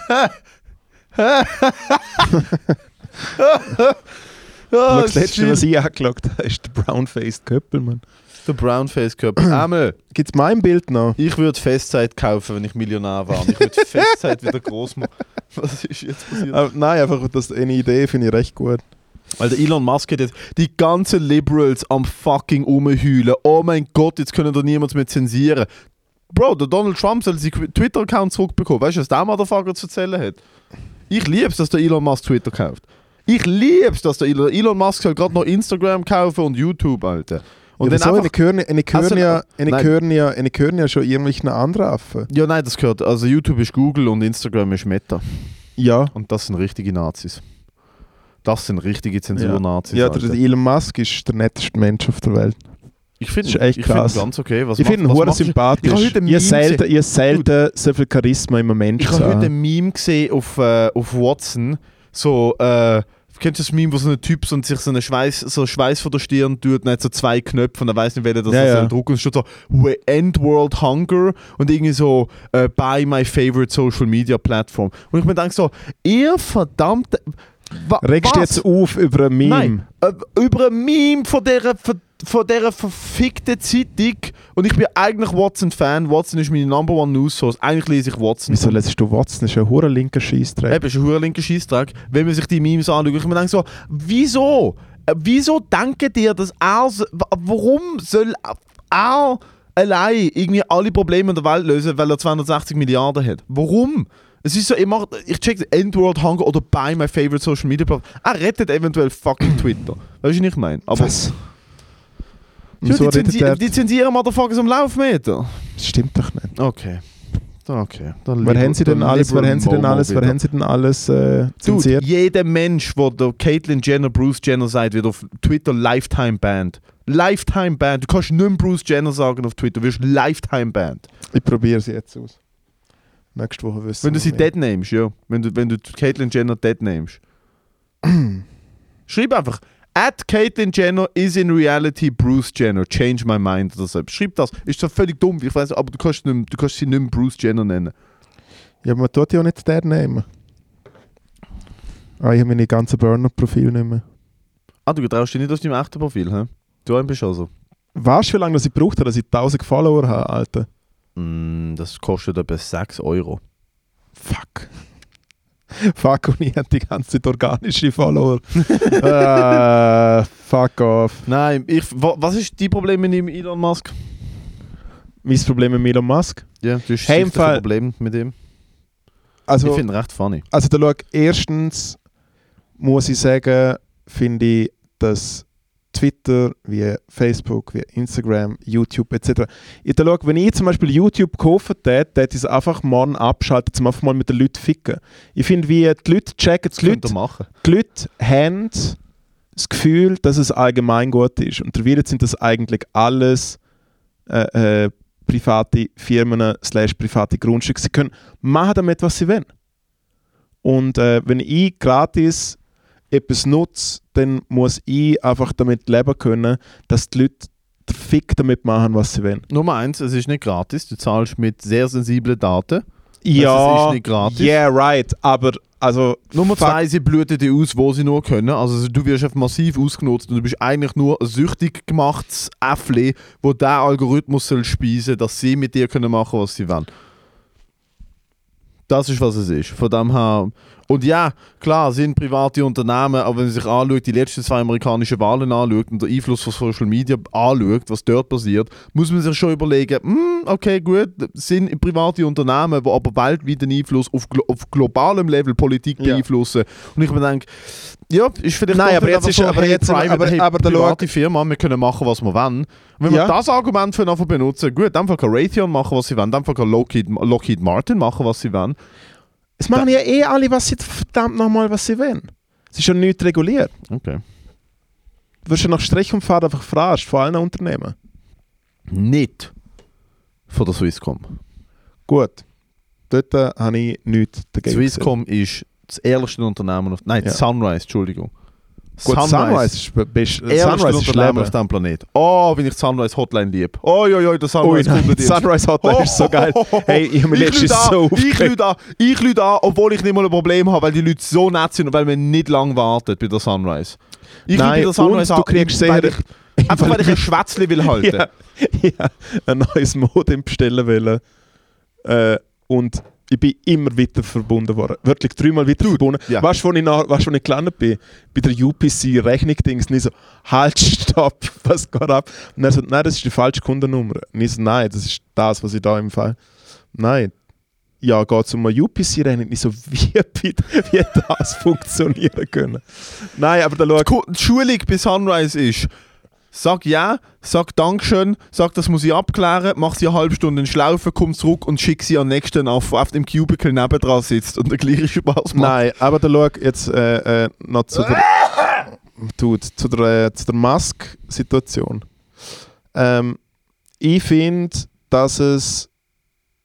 [SPEAKER 2] Aber
[SPEAKER 1] das
[SPEAKER 2] das letzte,
[SPEAKER 1] ist
[SPEAKER 2] was ich angeschaut habe, ist der Brown-Faced Köppel, Mann.
[SPEAKER 1] Der Brownface-Körper. Emel,
[SPEAKER 2] Gibt es mein Bild noch?
[SPEAKER 1] ich würde Festzeit kaufen, wenn ich Millionär war. Ich würde Festzeit wieder groß machen. Was ist jetzt passiert?
[SPEAKER 2] Ah, nein, einfach das, eine Idee finde ich recht gut.
[SPEAKER 1] Weil der Elon Musk hat jetzt die ganzen Liberals am fucking rumheulen. Oh mein Gott, jetzt können da niemand mehr zensieren. Bro, der Donald Trump soll seinen Twitter-Account zurückbekommen. Weißt du, was der Motherfucker zu erzählen hat? Ich lieb's, dass der Elon Musk Twitter kauft. Ich lieb's, dass der Elon, Elon Musk soll gerade noch Instagram kaufen und YouTube, Alter. Und
[SPEAKER 2] ja,
[SPEAKER 1] dann
[SPEAKER 2] wieso?
[SPEAKER 1] einfach,
[SPEAKER 2] Eine hören eine
[SPEAKER 1] Also,
[SPEAKER 2] hören ja- eine
[SPEAKER 1] nein.
[SPEAKER 2] hören ja- eine hören ja schon irgendwelchen anderen Affen.
[SPEAKER 1] ja, nein, das gehört. Also YouTube ist Google und Instagram ist Meta.
[SPEAKER 2] Ja.
[SPEAKER 1] Und das sind richtige Nazis. Das sind richtige Zensur-Nazis.
[SPEAKER 2] Ja,
[SPEAKER 1] Alter.
[SPEAKER 2] der Elon Musk ist e- der netteste Mensch auf der Welt.
[SPEAKER 1] ich finde
[SPEAKER 2] ist echt
[SPEAKER 1] ich finde
[SPEAKER 2] krass.
[SPEAKER 1] ganz okay. Was
[SPEAKER 2] ich finde ihn
[SPEAKER 1] macht,
[SPEAKER 2] hure
[SPEAKER 1] was macht- Ich
[SPEAKER 2] sympathisch.
[SPEAKER 1] habe heute ein
[SPEAKER 2] Ich
[SPEAKER 1] Meme
[SPEAKER 2] habe selten, ich habe selten so viel Charisma in einem Menschen
[SPEAKER 1] Ich habe heute
[SPEAKER 2] gesehen.
[SPEAKER 1] ein Meme gesehen auf, äh, auf Watson. So, äh, kennst du das Meme, wo so ein Typ so, und sich so einen Schweiß, so Schweiß von der Stirn tut und er hat so zwei Knöpfe und er weiß nicht, welcher das
[SPEAKER 2] Ja,
[SPEAKER 1] ist.
[SPEAKER 2] ja.
[SPEAKER 1] So Druck und es steht so "We End World Hunger und irgendwie so äh, Buy my favorite social media platform. Und ich mir denke so, ihr verdammte. Wa
[SPEAKER 2] Regst du
[SPEAKER 1] was?
[SPEAKER 2] jetzt auf über ein Meme?
[SPEAKER 1] Nein, äh, über ein Meme von dieser, ver- von dieser verfickten Zeitung. Und ich bin eigentlich Watson-Fan. Watson ist meine Number One News Source. Eigentlich lese ich Watson.
[SPEAKER 2] Wieso lässt du Watson? Das ist ein hoher linker Scheißdreck.
[SPEAKER 1] Eben, ist ein hoher linker Scheißtrag. Wenn man sich die Memes anschaut, ich mir denke so, wieso? Äh, Wieso denken dir, dass er. s- w- Warum soll er allein irgendwie alle Probleme der Welt lösen, weil er 260 Milliarden hat? Warum? Es ist so, ich, mach, ich check Endworld Hunger oder Buy My Favorite Social Media Platform. Er rettet eventuell fucking Twitter. Weißt du, was ich meine? Aber
[SPEAKER 2] Was?
[SPEAKER 1] Ja,
[SPEAKER 2] Wieso
[SPEAKER 1] die,
[SPEAKER 2] redet
[SPEAKER 1] zensieren,
[SPEAKER 2] er?
[SPEAKER 1] die zensieren Motherfuckers am Laufmeter.
[SPEAKER 2] Das stimmt doch nicht.
[SPEAKER 1] Okay. Okay.
[SPEAKER 2] Wer haben sie denn alles? Wer haben sie denn alles? Wer haben sie denn alles äh,
[SPEAKER 1] Dude,
[SPEAKER 2] zensiert?
[SPEAKER 1] jeder Mensch, wo der Caitlyn Jenner, Bruce Jenner sagt, wird auf Twitter Lifetime banned. Lifetime banned. Du kannst nicht mehr Bruce Jenner sagen auf Twitter, du wirst Lifetime banned.
[SPEAKER 2] Ich probiere sie jetzt aus. Nächste Woche wissen
[SPEAKER 1] Wenn du
[SPEAKER 2] wir
[SPEAKER 1] sie
[SPEAKER 2] mehr.
[SPEAKER 1] dead nimmst, ja. Wenn du, wenn du Caitlyn Jenner dead nimmst. Schreib einfach, at Caitlyn Jenner is in reality Bruce Jenner, change my mind oder so. Schreib das. Ist zwar völlig dumm, ich weiß, aber du kannst, nicht, mehr- du kannst sie nicht mehr Bruce Jenner nennen.
[SPEAKER 2] Ja, aber man tut ja auch nicht der nehmen. Ah, ich habe meine ganzen Burner-Profile nicht mehr.
[SPEAKER 1] Ah, du traust dich nicht aus deinem echten Profil, hä? Du ein bist also.
[SPEAKER 2] Weißt du, wie lange das ich gebraucht habe, dass ich 1000 Follower habe, Alter?
[SPEAKER 1] Mm, das kostet etwa 6 Euro.
[SPEAKER 2] Fuck. Fuck, und ich habe die ganze Zeit organische Follower. äh, fuck off.
[SPEAKER 1] Nein, ich, wa- was ist dein Problem mit dem Elon Musk?
[SPEAKER 2] Mein Problem mit Elon Musk?
[SPEAKER 1] Ja, das ist
[SPEAKER 2] Hey, im
[SPEAKER 1] sicher
[SPEAKER 2] Fall-
[SPEAKER 1] ein Problem mit dem. ich
[SPEAKER 2] Also,
[SPEAKER 1] finde ihn recht funny.
[SPEAKER 2] also da schau, erstens muss ich sagen, finde ich, dass Twitter, wie Facebook, wie Instagram, YouTube etc. Ich da schau, wenn ich zum Beispiel YouTube kaufen hätte, hätte ich es einfach morgen abschalten, zum einfach mal mit den Leuten ficken. Ich finde, wie die Leute checken, die Leute
[SPEAKER 1] Könnt ihr machen.
[SPEAKER 2] die Leute haben das Gefühl, dass es allgemein gut ist. Und wir sind das eigentlich alles äh, äh, private Firmen slash private Grundstücke. Sie können machen damit, was sie wollen. Und äh, wenn ich gratis etwas nutze, dann muss ich einfach damit leben können, dass die Leute den Fick damit machen, was sie wollen.
[SPEAKER 1] Nummer eins, es ist nicht gratis. Du zahlst mit sehr sensiblen Daten.
[SPEAKER 2] ja,
[SPEAKER 1] ist nicht gratis.
[SPEAKER 2] yeah, right. Aber also
[SPEAKER 1] Nummer
[SPEAKER 2] fuck,
[SPEAKER 1] zwei, sie bluten dich aus, wo sie nur können. Also du wirst einfach massiv ausgenutzt und du bist eigentlich nur ein süchtig gemachtes Äffli, wo der Algorithmus soll speisen, dass sie mit dir können machen, was sie wollen. Das ist, was es ist. Von dem her. Und ja, klar, sind private Unternehmen, aber wenn man sich anschaut, die letzten zwei amerikanischen Wahlen anschaut und den Einfluss von Social Media anschaut, was dort passiert, muss man sich schon überlegen, hm, okay, gut, sind private Unternehmen, die aber weltweit den Einfluss auf, glo auf globalem Level Politik
[SPEAKER 2] Ja.
[SPEAKER 1] beeinflussen. Und ich mir denke, ja, ist vielleicht doch
[SPEAKER 2] Nein, aber
[SPEAKER 1] nicht
[SPEAKER 2] jetzt
[SPEAKER 1] einfach
[SPEAKER 2] ist- aber jetzt-
[SPEAKER 1] private,
[SPEAKER 2] aber-
[SPEAKER 1] hey,
[SPEAKER 2] aber da
[SPEAKER 1] private Firma, wir können machen, was wir wollen. Und wenn
[SPEAKER 2] Ja.
[SPEAKER 1] wir das Argument für nachher benutzen, gut, dann kann Raytheon machen, was sie wollen, dann kann Lockheed, Lockheed Martin machen, was sie wollen.
[SPEAKER 2] es machen ja eh alle, was sie verdammt nochmal, was sie wollen. Es ist ja nichts reguliert.
[SPEAKER 1] Okay.
[SPEAKER 2] wirst du nach Strich und Faden einfach verarscht von allen Unternehmen.
[SPEAKER 1] Nicht von der Swisscom.
[SPEAKER 2] Gut. Dort äh, habe ich nichts dagegen.
[SPEAKER 1] Swisscom ist das ehrlichste Unternehmen auf... Nein,
[SPEAKER 2] Ja.
[SPEAKER 1] Sunrise, Entschuldigung.
[SPEAKER 2] gesehen. Gut, Sunrise, ist be- best,
[SPEAKER 1] Ehrlichste
[SPEAKER 2] Sunrise ist
[SPEAKER 1] Unternehmen auf
[SPEAKER 2] Leben.
[SPEAKER 1] diesem Planet. Oh, bin ich die Sunrise Hotline lieb. Oh, ja, ja, der
[SPEAKER 2] Ui,
[SPEAKER 1] Sunrise
[SPEAKER 2] nein,
[SPEAKER 1] kommt
[SPEAKER 2] die Sunrise Hotline ist so geil. Hey, ich habe mich
[SPEAKER 1] Ich
[SPEAKER 2] letztens
[SPEAKER 1] lüte
[SPEAKER 2] so
[SPEAKER 1] an, ich
[SPEAKER 2] aufgeregt.
[SPEAKER 1] lüte an, ich lüte an, obwohl ich nicht mal ein Problem habe, weil die Leute so nett sind und weil man nicht lange wartet bei der Sunrise. Ich lüte
[SPEAKER 2] Nein,
[SPEAKER 1] bei der Sunrise
[SPEAKER 2] und du
[SPEAKER 1] an,
[SPEAKER 2] kriegst
[SPEAKER 1] weil
[SPEAKER 2] sehr-
[SPEAKER 1] ich, einfach weil ich ein Schwätzli will halten.
[SPEAKER 2] ja, ja, ein neues Modem bestellen wollen. Äh, und ich bin immer weiter verbunden worden. Wirklich dreimal weiter verbunden.
[SPEAKER 1] ja.
[SPEAKER 2] Weißt du, wo ich, nach- weißt du, wo ich gelandet bin? Bei der UPC-Rechnung-Dings. Und ich so, halt, stopp, was geht ab? Und er so, nein, das ist die falsche Kundennummer. Und ich so, nein, das ist das, was ich da im Fall. Nein. Ja, geht es um eine UPC-Rechnung? Und Ich so, wie, bitte, wie das funktionieren können? Nein, aber da schau,
[SPEAKER 1] Ku- die Schulung bei Sunrise ist, sag ja, sag Dankeschön, sag, das muss ich abklären, mach sie eine halbe Stunde in Schlaufe, komm zurück und schick sie am nächsten auf, auf dem Cubicle nebendran sitzt und der gleiche Spaß macht.
[SPEAKER 2] Nein, aber da schau jetzt äh, äh, noch zu der, Dude, zu der, äh, zu der Mask-Situation. Ähm, ich finde, dass es.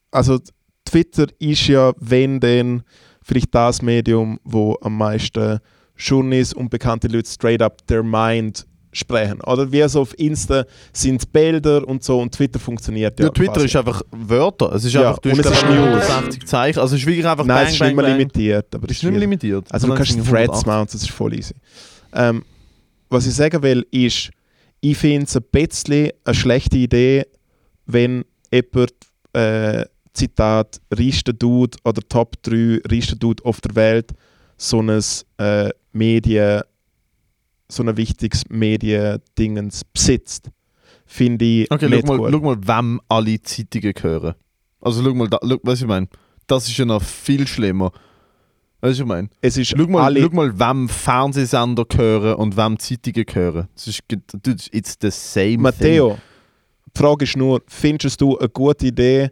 [SPEAKER 2] Also, Twitter ist ja, wenn denn, vielleicht das Medium, wo am meisten Journeys und bekannte Leute straight up their mind sprechen. Oder wie so auf Insta sind es Bilder und so und Twitter funktioniert ja.
[SPEAKER 1] Ja, Twitter
[SPEAKER 2] quasi.
[SPEAKER 1] ist einfach Wörter. Es ist
[SPEAKER 2] Ja,
[SPEAKER 1] einfach, du
[SPEAKER 2] und
[SPEAKER 1] hast,
[SPEAKER 2] es ist
[SPEAKER 1] glaub ich,
[SPEAKER 2] News.
[SPEAKER 1] 60 Zeichen. Also es ist wirklich einfach
[SPEAKER 2] Nein,
[SPEAKER 1] bang,
[SPEAKER 2] es ist
[SPEAKER 1] bang,
[SPEAKER 2] nicht mehr
[SPEAKER 1] bang.
[SPEAKER 2] limitiert. Aber
[SPEAKER 1] Es
[SPEAKER 2] es
[SPEAKER 1] ist nicht mehr
[SPEAKER 2] schwierig.
[SPEAKER 1] limitiert.
[SPEAKER 2] Also du
[SPEAKER 1] Sondern
[SPEAKER 2] kannst
[SPEAKER 1] es sind
[SPEAKER 2] Threads
[SPEAKER 1] 180.
[SPEAKER 2] mounten, das ist voll easy. Ähm, was ich sagen will, ist, ich finde es ein bisschen eine schlechte Idee, wenn jemand, äh, Zitat, reichster Dude oder Top 3 reichster Dude auf der Welt so ein äh, Medien, so ein wichtiges Mediendingens besitzt. Finde ich
[SPEAKER 1] Okay,
[SPEAKER 2] nicht
[SPEAKER 1] schau mal,
[SPEAKER 2] gut.
[SPEAKER 1] schau mal, wem alle Zeitungen gehören. Also schau mal, da, schau, was ich meine. Das ist ja noch viel schlimmer. Weißt du, was ich meine?
[SPEAKER 2] es ist
[SPEAKER 1] Schau mal,
[SPEAKER 2] alle,
[SPEAKER 1] schau mal, wem Fernsehsender gehören und wem Zeitungen gehören. Das ist, ge- dude, it's the same thing.
[SPEAKER 2] Matteo, die Frage ist nur, findest du eine gute Idee,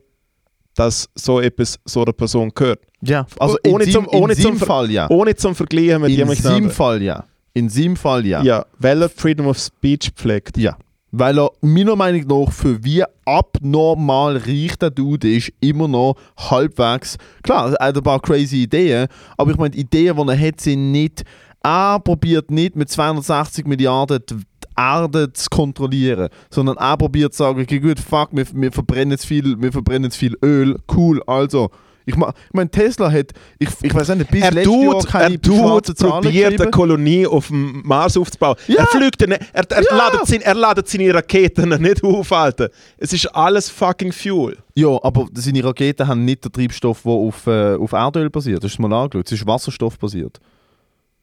[SPEAKER 2] dass so etwas so einer Person gehört?
[SPEAKER 1] Ja, also
[SPEAKER 2] Oh, Ohne
[SPEAKER 1] in
[SPEAKER 2] zum-
[SPEAKER 1] seinem,
[SPEAKER 2] ohne
[SPEAKER 1] in seinem
[SPEAKER 2] zum Ver-
[SPEAKER 1] Fall ja.
[SPEAKER 2] Ohne zum Vergleichen mit
[SPEAKER 1] In
[SPEAKER 2] jemandem
[SPEAKER 1] seinem
[SPEAKER 2] anderen.
[SPEAKER 1] Fall ja. In seinem Fall ja.
[SPEAKER 2] Ja, weil er Freedom of Speech pflegt.
[SPEAKER 1] Ja. Weil er meiner Meinung nach für wie abnormal reich der Dude ist, immer noch halbwegs. Klar, er hat ein paar crazy Ideen, aber ich meine, die Ideen, die er hat, sind nicht. Er probiert nicht mit 260 Milliarden die die Erde zu kontrollieren, sondern er probiert zu sagen, okay, gut, fuck, wir, wir verbrennen zu viel, wir verbrennen zu viel Öl, cool, also Ich, ma- ich meine, Tesla hat, ich, ich weiß nicht, bis
[SPEAKER 2] Er
[SPEAKER 1] letztes Jahr
[SPEAKER 2] tut,
[SPEAKER 1] keine
[SPEAKER 2] er tut
[SPEAKER 1] schwarzen Zahlen
[SPEAKER 2] probiert eine
[SPEAKER 1] geschrieben.
[SPEAKER 2] Kolonie auf dem Mars aufzubauen.
[SPEAKER 1] Ja.
[SPEAKER 2] Er fliegt, dann- er, er,
[SPEAKER 1] Ja.
[SPEAKER 2] ladet seine, er ladet seine Raketen nicht auf, Alter. Es ist alles fucking Fuel.
[SPEAKER 1] Ja, aber seine Raketen haben nicht den Treibstoff, der auf, äh, auf Erdöl basiert. Das ist mal angeschaut. Es ist Wasserstoff basiert.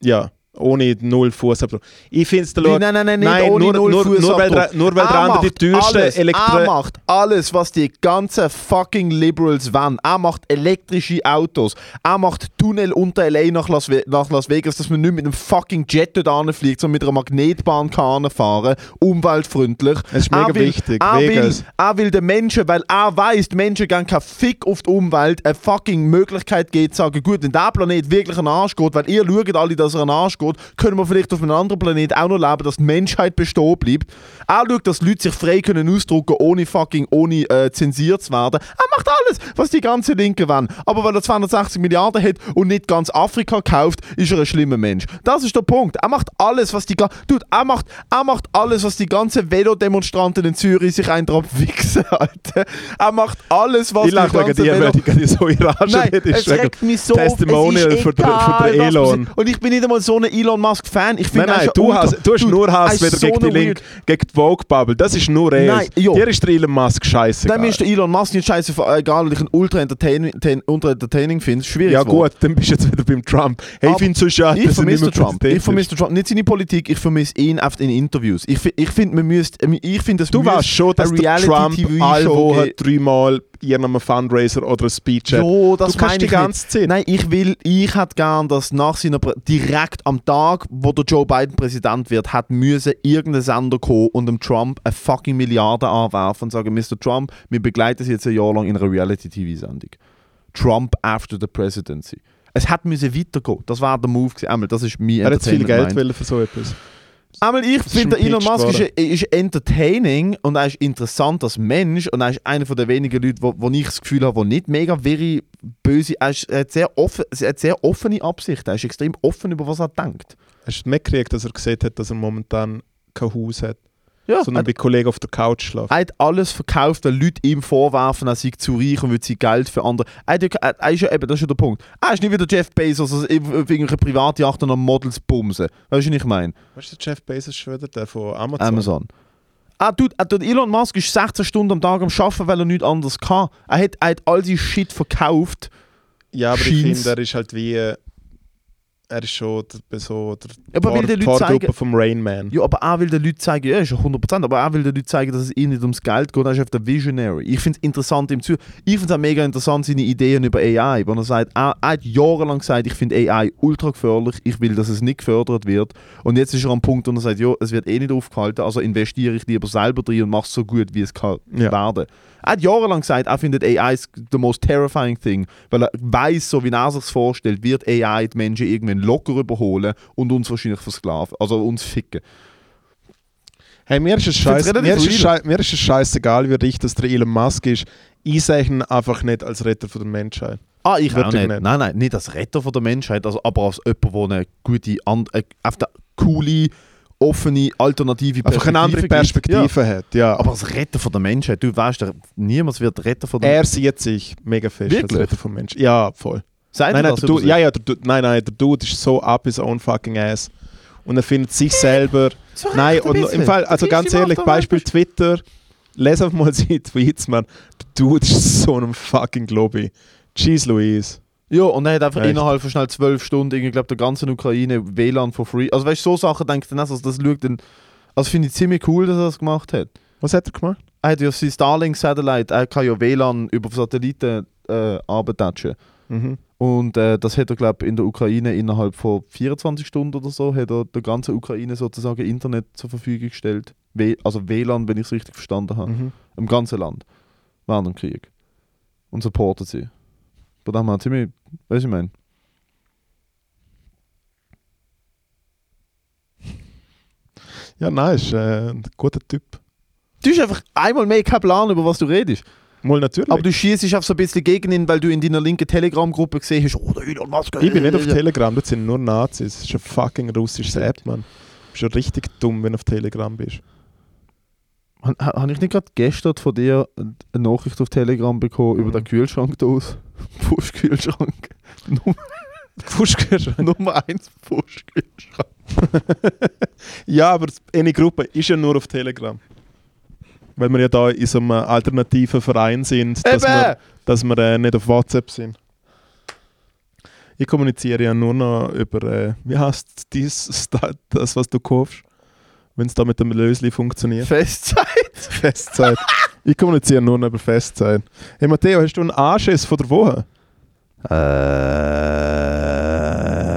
[SPEAKER 2] Ja, ohne null Fußabdruck. Ich finde es der Lord-
[SPEAKER 1] nein, nein,
[SPEAKER 2] Nein,
[SPEAKER 1] ohne
[SPEAKER 2] nur-
[SPEAKER 1] null
[SPEAKER 2] nur- nur
[SPEAKER 1] Fußabdruck.
[SPEAKER 2] weil der- nur weil der
[SPEAKER 1] Er
[SPEAKER 2] andere die
[SPEAKER 1] macht
[SPEAKER 2] teuersten
[SPEAKER 1] alles,
[SPEAKER 2] Elektro-
[SPEAKER 1] Er macht alles, was die ganzen fucking Liberals wollen. Er macht elektrische Autos. Er macht Tunnel unter L.A. nach Las, Ve nach Las Vegas, dass man nicht mit einem fucking Jet dort anfliegt, sondern mit einer Magnetbahn kann fahren. Umweltfreundlich.
[SPEAKER 2] Es ist mega
[SPEAKER 1] er will,
[SPEAKER 2] wichtig,
[SPEAKER 1] Er will,
[SPEAKER 2] Vegas.
[SPEAKER 1] er will den Menschen, weil er weiß, die Menschen gehen keinen Fick auf die Umwelt, eine fucking Möglichkeit geht, zu sagen, gut, wenn der Planet wirklich einen Arsch geht, weil ihr schaut alle, dass er einen Arsch geht, können wir vielleicht auf einem anderen Planet auch noch leben, dass die Menschheit bestehen bleibt. Er schaut, dass die Leute sich frei können ausdrucken, ohne fucking, ohne äh, zensiert zu werden. Er macht alles, was die ganze Linke wollen. Aber weil er 260 Milliarden hat und nicht ganz Afrika kauft, ist er ein schlimmer Mensch. Das ist der Punkt. Er macht alles, was die ganze... Dude, er macht, er macht alles, was die ganzen Velodemonstranten in Zürich sich eindrauf wichsen, Alter. Er macht alles, was
[SPEAKER 2] Ich lache wegen dir, weil ich gerade so in Rage
[SPEAKER 1] Nein,
[SPEAKER 2] rede.
[SPEAKER 1] es
[SPEAKER 2] Ist wegen-
[SPEAKER 3] regt mich so
[SPEAKER 2] Testimonial
[SPEAKER 3] auf. Es ist
[SPEAKER 2] für den- für
[SPEAKER 3] egal,
[SPEAKER 2] den
[SPEAKER 3] was
[SPEAKER 2] Elon.
[SPEAKER 3] passiert. Und ich bin nicht einmal so ein Elon Musk-Fan. Ich
[SPEAKER 2] Nein,
[SPEAKER 3] finde
[SPEAKER 2] nein, du, hast, du hast nur Hass wieder gegen die Link, gegen die Vogue-Bubble. Das ist nur er.
[SPEAKER 3] Nein, jo.
[SPEAKER 2] Dir ist der Elon Musk scheiße.
[SPEAKER 1] Nein, mir ist der Elon Musk nicht scheiße, egal, weil ich ihn ultra entertaining, ten- ultra entertaining finde. Schwierig.
[SPEAKER 2] Ja gut, dann bist du jetzt wieder beim Trump. Hey, ich
[SPEAKER 1] Aber
[SPEAKER 2] finde es so schade,
[SPEAKER 1] Ich
[SPEAKER 2] dass er nicht
[SPEAKER 1] vermisse
[SPEAKER 2] mehr
[SPEAKER 1] den Trump.
[SPEAKER 2] Präsident
[SPEAKER 1] Ich vermisse den Trump. Nicht seine Politik, ich vermisse ihn oft in Interviews. Ich, fi- ich finde, man müsste. Ich finde, das
[SPEAKER 2] Du
[SPEAKER 1] müsste
[SPEAKER 2] weißt schon, dass
[SPEAKER 1] eine
[SPEAKER 2] der Trump
[SPEAKER 1] Reality-TV-Show
[SPEAKER 2] alle Woche
[SPEAKER 1] geben.
[SPEAKER 2] dreimal irgendeinem Fundraiser oder ein Speech hat.
[SPEAKER 1] Jo, das
[SPEAKER 2] du kannst
[SPEAKER 1] meine
[SPEAKER 2] die
[SPEAKER 1] ich
[SPEAKER 2] ganze Zeit.
[SPEAKER 1] nicht. Nein, ich will, ich hätte gern, dass nach seiner Prä- direkt am Tag, wo der Joe Biden Präsident wird, hat müssen irgendein Sender kommen und dem Trump eine fucking Milliarde anwerfen und sagen, Mr. Trump, wir begleiten Sie jetzt ein Jahr lang in einer Reality-TV-Sendung. Trump after the presidency. Es hat müssen weitergehen. Das war der Move. gewesen. Einmal, das ist mein
[SPEAKER 2] er hat zu viel Geld
[SPEAKER 1] Entertainment-Mind.
[SPEAKER 2] wollen für so etwas.
[SPEAKER 1] Einmal, ich
[SPEAKER 2] ist schon
[SPEAKER 1] finde, der Elon
[SPEAKER 2] pitched
[SPEAKER 1] Musk ist, ist entertaining und er ist interessant als Mensch und er ist einer der wenigen Leute, wo, wo ich das Gefühl habe, die nicht mega wirre, böse er, ist, er, hat sehr offen, er hat sehr offene Absichten. Er ist extrem offen, über was er denkt.
[SPEAKER 2] Hast du mitgekriegt, dass er gesehen hat, dass er momentan kein Haus hat,
[SPEAKER 1] Ja,
[SPEAKER 2] sondern
[SPEAKER 1] er,
[SPEAKER 2] bei Kollegen auf der Couch schläft?
[SPEAKER 1] er hat alles verkauft, weil Leute ihm vorwerfen, er sei zu reich und will sein Geld für andere. Er, hat ja ke- er, er ist ja eben, das ist ja der Punkt. Er ist nicht wie der Jeff Bezos, also irgendwelche Privatjachten an Models bumsen. Weißt du, was ich meine?
[SPEAKER 2] Weißt du, der Jeff Bezos ist wieder der von Amazon.
[SPEAKER 1] Amazon. Ah, dude, ah, dude, Elon Musk ist 16 Stunden am Tag am Arbeiten, weil er nichts anderes kann. Er hat, er hat all seinen Shit verkauft.
[SPEAKER 2] Ja, aber ich
[SPEAKER 1] Scheint's.
[SPEAKER 2] finde, er ist halt wie. äh, Er ist schon der, so der
[SPEAKER 1] Aber will den Leuten
[SPEAKER 2] Vorgruppe
[SPEAKER 1] zeigen-
[SPEAKER 2] vom Rain Man.
[SPEAKER 1] Ja, aber er will den Leuten zeigen, ja, ist ja 100%, aber er will den Leuten zeigen, dass es ihm nicht ums Geld geht. Er ist auf der Visionary. Ich finde es interessant ihm zu. Ich finde es mega interessant, seine Ideen über AI. Wenn er sagt, er, er hat jahrelang gesagt, ich finde AI ultra gefährlich, ich will, dass es nicht gefördert wird. Und jetzt ist er am Punkt, wo er sagt, ja, es wird eh nicht aufgehalten, also investiere ich lieber selber drin und mache es so gut, wie es kann
[SPEAKER 2] Ja.
[SPEAKER 1] werden. Er hat jahrelang gesagt, er findet AI s- the most terrifying thing, weil er weiß, so wie er sich vorstellt, wird AI die Menschen irgendwann locker überholen und uns wahrscheinlich versklaven, also uns ficken.
[SPEAKER 2] Hey, mir ist es
[SPEAKER 1] find's
[SPEAKER 2] scheiß, mir
[SPEAKER 1] relativ
[SPEAKER 2] ist es schei- mir ist es scheißegal, wie richtig das der Elon Musk ist. Ich sehe ihn einfach nicht als Retter von der Menschheit.
[SPEAKER 1] Ah, ich auch
[SPEAKER 2] Wirklich
[SPEAKER 1] nicht.
[SPEAKER 2] nicht.
[SPEAKER 1] Nein, nein, nicht als Retter von der Menschheit, also, aber als jemand, der eine gute, an, äh, auf der coole, offene, alternative
[SPEAKER 2] Einfach eine andere
[SPEAKER 1] gibt.
[SPEAKER 2] Perspektive
[SPEAKER 1] Ja.
[SPEAKER 2] hat, ja.
[SPEAKER 1] Aber als Retter von der Menschheit, du weißt, der- niemals wird Retter von der
[SPEAKER 2] er sieht sich mega fest als
[SPEAKER 1] Wirklich?
[SPEAKER 2] Retter von Menschheit. Ja, voll.
[SPEAKER 1] Sagt
[SPEAKER 2] Nein,
[SPEAKER 1] er
[SPEAKER 2] nein,
[SPEAKER 1] das
[SPEAKER 2] der
[SPEAKER 1] über
[SPEAKER 2] Dude,
[SPEAKER 1] sich?
[SPEAKER 2] ja, ja, der Dude, nein, nein, der Dude ist so up his own fucking ass. Und er findet sich selber.
[SPEAKER 1] Zu Recht
[SPEAKER 2] Nein,
[SPEAKER 1] ein
[SPEAKER 2] und
[SPEAKER 1] bisschen.
[SPEAKER 2] im Fall, also
[SPEAKER 1] Du
[SPEAKER 2] ganz
[SPEAKER 1] kriegst ihm
[SPEAKER 2] ehrlich,
[SPEAKER 1] auch da
[SPEAKER 2] Beispiel Twitter. Les einfach mal seine Tweets, man. Der Dude ist so ein fucking Globi. Cheese Louise.
[SPEAKER 1] Ja, und er hat einfach
[SPEAKER 2] Echt.
[SPEAKER 1] innerhalb von schnell zwölf Stunden, irgendwie, glaub, der ganzen Ukraine WLAN for free. Also, weißt du, so Sachen denkt dann, auch, also, das schaut dann. Also, finde ich ziemlich cool, dass er das gemacht hat.
[SPEAKER 2] Was hat er gemacht?
[SPEAKER 1] Er hat ja sein Starlink-Satellite, er kann ja WLAN über Satelliten äh, abtatschen.
[SPEAKER 2] Mhm.
[SPEAKER 1] Und äh, das hat er, glaube ich, in der Ukraine innerhalb von 24 Stunden oder so, hat er der ganzen Ukraine sozusagen Internet zur Verfügung gestellt. W also WLAN, wenn ich es richtig verstanden habe.
[SPEAKER 2] Mhm.
[SPEAKER 1] Im ganzen Land. Während dem Krieg. Und supportet sie. Bei dem hat ziemlich, weißt du, ich meine.
[SPEAKER 2] Ja, nein, ist äh, ein guter Typ.
[SPEAKER 1] Du hast einfach einmal mehr keinen Plan, über was du redest.
[SPEAKER 2] Mal natürlich.
[SPEAKER 1] Aber du schießt auf so ein bisschen gegen ihn, weil du in deiner linken Telegram-Gruppe gesehen hast, oh, der Elon Musk. äh,
[SPEAKER 2] ich bin nicht auf Telegram, dort sind nur Nazis. Das ist ein fucking russisches App, man. Du bist ja richtig dumm, wenn du auf Telegram bist.
[SPEAKER 1] Habe ich nicht gerade gestern von dir eine Nachricht auf Telegram bekommen
[SPEAKER 2] Mhm.
[SPEAKER 1] über den Kühlschrank aus? Push-Kühlschrank.
[SPEAKER 2] Fußgänger.
[SPEAKER 1] Nummer 1 Push-Kühlschrank.
[SPEAKER 2] Ja, aber eine Gruppe ist ja nur auf Telegram. Weil wir ja da in so einem alternativen Verein sind, dass
[SPEAKER 1] Eben!
[SPEAKER 2] wir, dass wir äh, nicht auf WhatsApp sind. Ich kommuniziere ja nur noch über, äh, wie heißt dies, das, was du kaufst, wenn es da mit dem Lösli funktioniert.
[SPEAKER 1] Festzeit.
[SPEAKER 2] Festzeit. ich kommuniziere nur noch über Festzeit. Hey Matteo, hast du einen Anschiss von der Woche?
[SPEAKER 1] Äh,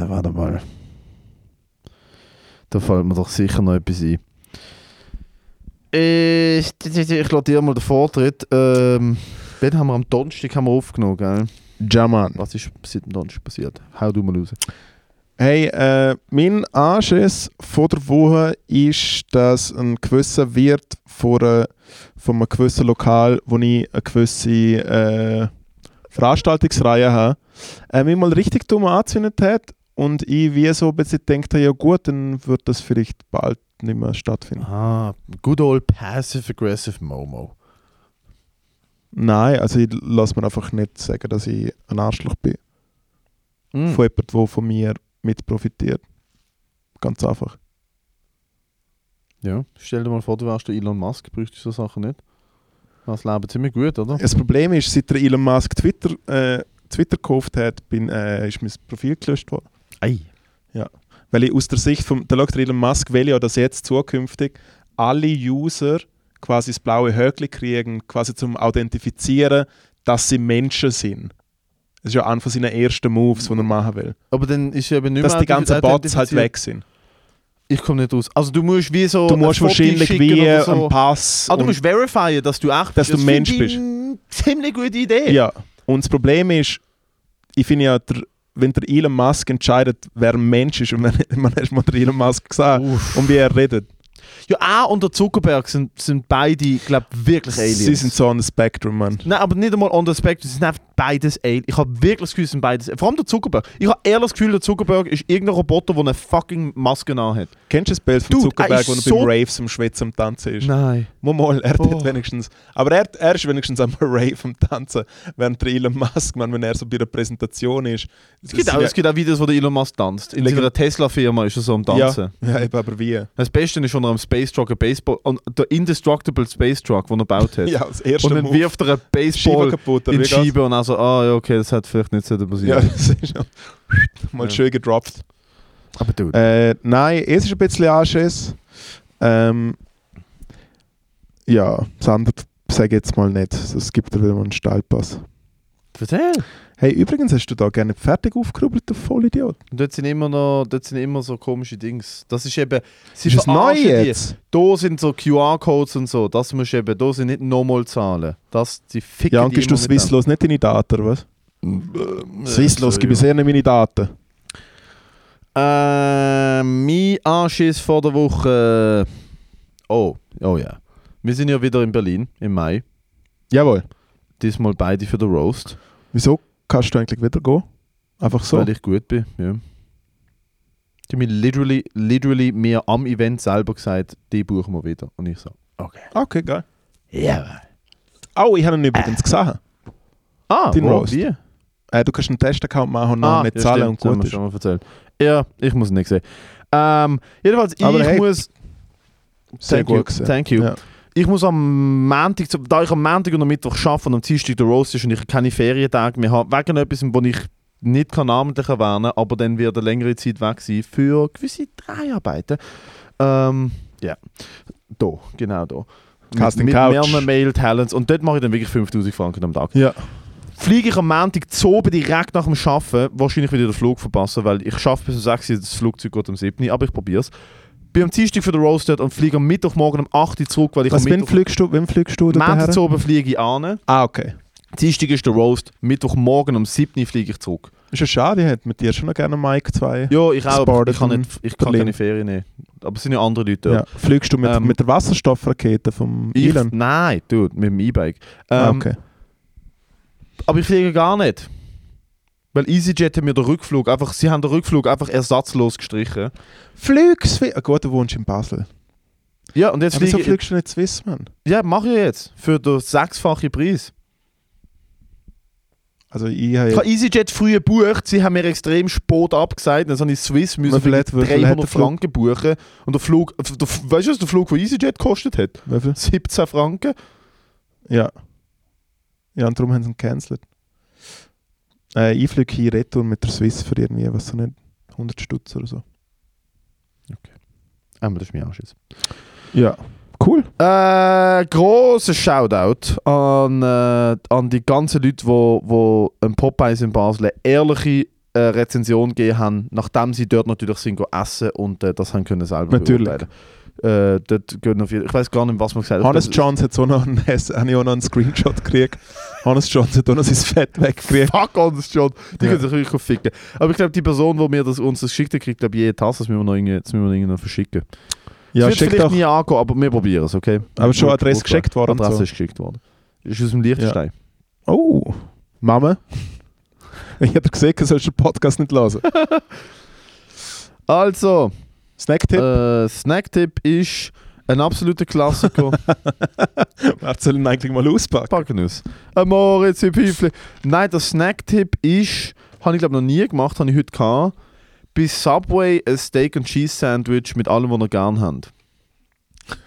[SPEAKER 1] warte mal. Da fällt mir doch sicher noch etwas ein. Äh, Ich, ich, ich, ich lasse dir mal den Vortritt. Ähm, den haben wir am Donnerstag haben wir aufgenommen, gell?
[SPEAKER 2] Jaman.
[SPEAKER 1] Was ist seit dem Donnerstag passiert? Hau du mal raus.
[SPEAKER 2] Hey, äh, mein Anschiss von der Woche ist, dass ein gewisser Wirt von, einer- von einem gewissen Lokal, wo ich eine gewisse äh, Veranstaltungsreihe habe, äh, mich mal richtig dumm angezündet hat und ich wie so ein bisschen gedacht habe, ja gut, dann wird das vielleicht bald nicht mehr stattfinden.
[SPEAKER 3] Ah,
[SPEAKER 1] Good old passive aggressive Momo.
[SPEAKER 2] Nein, also ich lasse mir einfach nicht sagen, dass ich ein Arschloch bin.
[SPEAKER 1] Mm.
[SPEAKER 2] Von jemandem, der von mir mit profitiert. Ganz einfach.
[SPEAKER 1] Ja. Stell dir mal vor, du wärst der Elon Musk, bräuchtest du so Sachen nicht. Das Leben ziemlich gut, oder?
[SPEAKER 2] Das Problem ist, seit der Elon Musk Twitter, äh, Twitter gekauft hat, bin, äh, ist mein Profil gelöscht worden.
[SPEAKER 1] Ei.
[SPEAKER 2] Weil ich aus der Sicht von der Dr. Elon Musk will ja, dass jetzt zukünftig alle User quasi das blaue Höckli kriegen, quasi zum Authentifizieren, dass sie Menschen sind. Das ist ja einer von seinen ersten Moves, die er machen will.
[SPEAKER 1] Aber dann ist ja eben nicht
[SPEAKER 2] Dass
[SPEAKER 1] mehr
[SPEAKER 2] die ganzen Bots halt
[SPEAKER 1] identifiziert.
[SPEAKER 2] weg sind.
[SPEAKER 1] Ich komme nicht raus. Also du musst wie so
[SPEAKER 2] Du
[SPEAKER 1] ein
[SPEAKER 2] musst
[SPEAKER 1] Foto
[SPEAKER 2] wahrscheinlich
[SPEAKER 1] schicken
[SPEAKER 2] wie
[SPEAKER 1] oder
[SPEAKER 2] einen Pass.
[SPEAKER 1] Ah, du
[SPEAKER 2] und-
[SPEAKER 1] musst verifizieren, dass du echt
[SPEAKER 2] Dass du
[SPEAKER 1] Das
[SPEAKER 2] Mensch
[SPEAKER 1] finde ich eine Ziemlich gute Idee.
[SPEAKER 2] Ja, und das Problem ist, ich finde ja, der, wenn der Elon Musk entscheidet, wer ein Mensch ist, und man, man hat mal der Elon Musk gesehen
[SPEAKER 1] Uff.
[SPEAKER 2] und wie er redet,
[SPEAKER 1] Ja, er und der Zuckerberg sind, sind beide, glaube wirklich Aliens.
[SPEAKER 2] sie sind so on the spectrum, man.
[SPEAKER 1] Nein, aber nicht einmal on the spectrum, sie sind einfach beides Aliens. Ich habe wirklich das Gefühl, sie sind beides Vor allem der Zuckerberg. Ich habe ehrlich das Gefühl, der Zuckerberg ist irgendein Roboter, der eine fucking Maske hat.
[SPEAKER 2] Kennst du das Bild von
[SPEAKER 1] Dude, er
[SPEAKER 2] Zuckerberg,
[SPEAKER 1] ist
[SPEAKER 2] wo er
[SPEAKER 1] so-
[SPEAKER 2] beim Raves am Schwitzen am Tanzen ist?
[SPEAKER 1] Nein.
[SPEAKER 2] Mal, mal, er tut
[SPEAKER 1] Oh.
[SPEAKER 2] wenigstens. Aber er, er ist wenigstens am Rave am Tanzen, während der Elon Musk, man, wenn er so bei der Präsentation ist.
[SPEAKER 1] Es gibt, auch, es gibt auch Videos, wo der Elon Musk tanzt. In
[SPEAKER 2] Legend-
[SPEAKER 1] seiner Tesla-Firma ist er so am Tanzen.
[SPEAKER 2] ja, ja, eben, aber wie?
[SPEAKER 1] Das Beste ist, wenn er am Space Truck, ein Baseball, an- der Indestructible Space Truck, den er gebaut hat.
[SPEAKER 2] Ja, als erster
[SPEAKER 1] Und dann
[SPEAKER 2] Move.
[SPEAKER 1] wirft er einen
[SPEAKER 2] Scheibe
[SPEAKER 1] Baseball
[SPEAKER 2] kaputt. oder
[SPEAKER 1] in die
[SPEAKER 2] wie geht's?
[SPEAKER 1] Scheibe und dann so, ah ja, okay, das hat vielleicht nicht so
[SPEAKER 2] Ja,
[SPEAKER 1] passiert.
[SPEAKER 2] das ist ja mal
[SPEAKER 1] Ja.
[SPEAKER 2] schön gedroppt.
[SPEAKER 1] Aber du.
[SPEAKER 2] Äh, nein, es ist ein bisschen Anschiss. Ähm, ja, das andere sage ich jetzt mal nicht. Es gibt da wieder mal einen Steilpass.
[SPEAKER 1] Erzähl.
[SPEAKER 2] Hey, übrigens hast du da gerne fertig aufgerubbelt, du Vollidiot.
[SPEAKER 1] Und dort sind immer noch, dort sind immer so komische Dings. Das ist eben, sie
[SPEAKER 2] Ist das neu
[SPEAKER 1] verarschen die.
[SPEAKER 2] jetzt?
[SPEAKER 1] Da sind so QR-Codes und so, das musst du eben, da sind nicht nochmal zahlen. Das, die ficken
[SPEAKER 2] Ja, und
[SPEAKER 1] die
[SPEAKER 2] gibst du
[SPEAKER 1] immer mit dem.
[SPEAKER 2] Swisslos nicht deine Daten, oder was?
[SPEAKER 1] Äh,
[SPEAKER 2] Swisslos
[SPEAKER 1] so,
[SPEAKER 2] gebe ich
[SPEAKER 1] ja.
[SPEAKER 2] sehr nicht meine Daten.
[SPEAKER 1] Äh, mein Anschiss vor der Woche. äh, Oh, oh ja. Wir sind ja wieder in Berlin im Mai.
[SPEAKER 2] Jawohl.
[SPEAKER 1] Diesmal beide für den Roast,
[SPEAKER 2] Wieso kannst du eigentlich wieder gehen? Einfach so?
[SPEAKER 1] weil ich gut bin. Ja. Die haben mir literally, literally mir am Event selber gesagt, die buchen wir wieder. Und ich so, okay.
[SPEAKER 2] Ah, Okay, geil.
[SPEAKER 1] Ja.
[SPEAKER 2] Oh, ich habe ihn übrigens gesehen.
[SPEAKER 1] Ah,
[SPEAKER 2] Den
[SPEAKER 1] wo?
[SPEAKER 2] Roast.
[SPEAKER 1] Wie?
[SPEAKER 2] Äh, du kannst einen Testaccount machen und
[SPEAKER 1] Ah,
[SPEAKER 2] nachher nicht zahlen und
[SPEAKER 1] das haben
[SPEAKER 2] gut
[SPEAKER 1] wir
[SPEAKER 2] ist.
[SPEAKER 1] schon mal erzählt. Ja, ich muss nicht sehen. Ähm, jedenfalls,
[SPEAKER 2] Aber
[SPEAKER 1] ich
[SPEAKER 2] hey,
[SPEAKER 1] muss.
[SPEAKER 2] Sehr
[SPEAKER 1] Thank
[SPEAKER 2] gut
[SPEAKER 1] you,
[SPEAKER 2] gesehen.
[SPEAKER 1] Thank you.
[SPEAKER 2] Ja.
[SPEAKER 1] Ich muss am Montag, zu- da ich am Montag und am Mittwoch arbeite und am Dienstag der Roast ist und ich keine Ferientage mehr habe, wegen etwas, wo ich nicht kann namentlich erwähnen kann, aber dann wird eine längere Zeit weg sein für gewisse Dreharbeiten. Ähm, ja. Da, genau da.
[SPEAKER 2] Casting
[SPEAKER 1] mit
[SPEAKER 2] Couch.
[SPEAKER 1] mehreren Mail-Talents und dort mache ich dann wirklich 5000 Franken am Tag
[SPEAKER 2] Ja.
[SPEAKER 1] fliege ich am Montag zu oben direkt nach dem Arbeiten. Wahrscheinlich wieder den Flug verpassen, weil ich schaffe bis um 6 Uhr, das Flugzeug geht um 7 Uhr, aber ich probiere es. Bin am Dienstag für den Roast dort und fliege am Mittwochmorgen um 8 Uhr zurück, weil ich
[SPEAKER 2] Was,
[SPEAKER 1] am
[SPEAKER 2] wen
[SPEAKER 1] Mittwoch...
[SPEAKER 2] fliegst du, wen fliegst du
[SPEAKER 1] Montag
[SPEAKER 2] daher?
[SPEAKER 1] zu oben fliege ich an,
[SPEAKER 2] Ah, okay.
[SPEAKER 1] Dienstag ist der Roast, Mittwochmorgen um 7 Uhr fliege ich zurück.
[SPEAKER 2] Ist ja schade, ich hätte mit dir schon noch gerne einen Mike 2.
[SPEAKER 1] Ja, ich auch, aber ich kann,
[SPEAKER 2] Spartan,
[SPEAKER 1] nicht, ich kann
[SPEAKER 2] Berlin.
[SPEAKER 1] keine Ferien nehmen. Aber es sind ja andere Leute
[SPEAKER 2] Ja.
[SPEAKER 1] dort.
[SPEAKER 2] Fliegst du mit,
[SPEAKER 1] Ähm,
[SPEAKER 2] mit der Wasserstoffrakete vom
[SPEAKER 1] Ich,
[SPEAKER 2] Elon?
[SPEAKER 1] nein, dude, mit dem E-Bike.
[SPEAKER 2] ah,
[SPEAKER 1] Ähm,
[SPEAKER 2] okay.
[SPEAKER 1] Aber ich fliege gar nicht. Weil EasyJet hat mir den Rückflug einfach, sie haben den Rückflug einfach ersatzlos gestrichen.
[SPEAKER 2] Fliegst du? Ah, gut, du wohnst in Basel.
[SPEAKER 1] Ja, und jetzt
[SPEAKER 2] Aber wieso
[SPEAKER 1] fliege ich...
[SPEAKER 2] fliegst du nicht Swiss, Mann?
[SPEAKER 1] Ja, mach ich jetzt. Für den sechsfachen Preis.
[SPEAKER 2] Also ich habe
[SPEAKER 3] Ich
[SPEAKER 2] ja
[SPEAKER 3] habe EasyJet früher gebucht, sie haben mir extrem spät abgesagt, dann habe ich Swiss müssen
[SPEAKER 2] viel
[SPEAKER 3] für
[SPEAKER 2] hat- wie viel hat
[SPEAKER 3] 300
[SPEAKER 2] der Flug?
[SPEAKER 3] Franken buchen und der Flug, der, weißt du was der Flug von EasyJet gekostet hat?
[SPEAKER 2] Wie viel?
[SPEAKER 3] 17 Franken.
[SPEAKER 2] Ja. Ja, und darum haben sie ihn gecancelt. Äh, ich fliege hier retour mit der Swiss für irgendwie, was so nicht, 100 Stutz oder so. Ah,
[SPEAKER 1] Ähm, das ist mir auch schiss.
[SPEAKER 2] Ja. Cool.
[SPEAKER 1] Äh, grosser Shoutout an, äh, an die ganzen Leute, die wo, wo ein Popeyes in Basel eine ehrliche äh, Rezension gegeben haben, nachdem sie dort natürlich sind go essen und äh, das haben können selber
[SPEAKER 2] Natürlich.
[SPEAKER 1] beurteilen. Äh, dort gehen auf jeden, ich weiß gar nicht, was man gesagt hat.
[SPEAKER 2] Hannes
[SPEAKER 1] Also Das-
[SPEAKER 2] Johns hat so noch einen, habe ich auch noch einen Screenshot gekriegt. Hannes Johns hat auch noch sein Fett weggekriegt.
[SPEAKER 1] Fuck Hannes John. Die
[SPEAKER 2] Ja.
[SPEAKER 1] können sich wirklich ficken. Aber ich glaube, die Person, die mir das, uns das geschickt hat, kriegt glaube ich jede Tasse. Das müssen wir noch, irgendwie, das müssen wir noch irgendwie noch verschicken. das
[SPEAKER 2] Ja,
[SPEAKER 1] wird
[SPEAKER 2] schickt
[SPEAKER 1] vielleicht
[SPEAKER 2] doch.
[SPEAKER 1] nie angehen, aber wir probieren es, okay?
[SPEAKER 2] Aber schon
[SPEAKER 1] Gut,
[SPEAKER 2] Adresse
[SPEAKER 1] gut,
[SPEAKER 2] geschickt worden. und
[SPEAKER 1] Adresse
[SPEAKER 2] So.
[SPEAKER 1] ist geschickt worden. Ist aus dem Liechtenstein.
[SPEAKER 2] Oh.
[SPEAKER 1] Mama?
[SPEAKER 2] Ich habe gesehen, du sollst den Podcast nicht hören.
[SPEAKER 1] Also,
[SPEAKER 2] Snacktipp.
[SPEAKER 1] äh, Snacktipp ist ein absoluter Klassiker.
[SPEAKER 2] Wer soll ihn eigentlich mal auspacken?
[SPEAKER 1] Packnuss. Moritz im Püffli. Nein, der Snacktipp ist, habe ich glaube noch nie gemacht, habe ich heute gehabt, bei Subway ein Steak and Cheese Sandwich mit allem, was ihr gerne habt.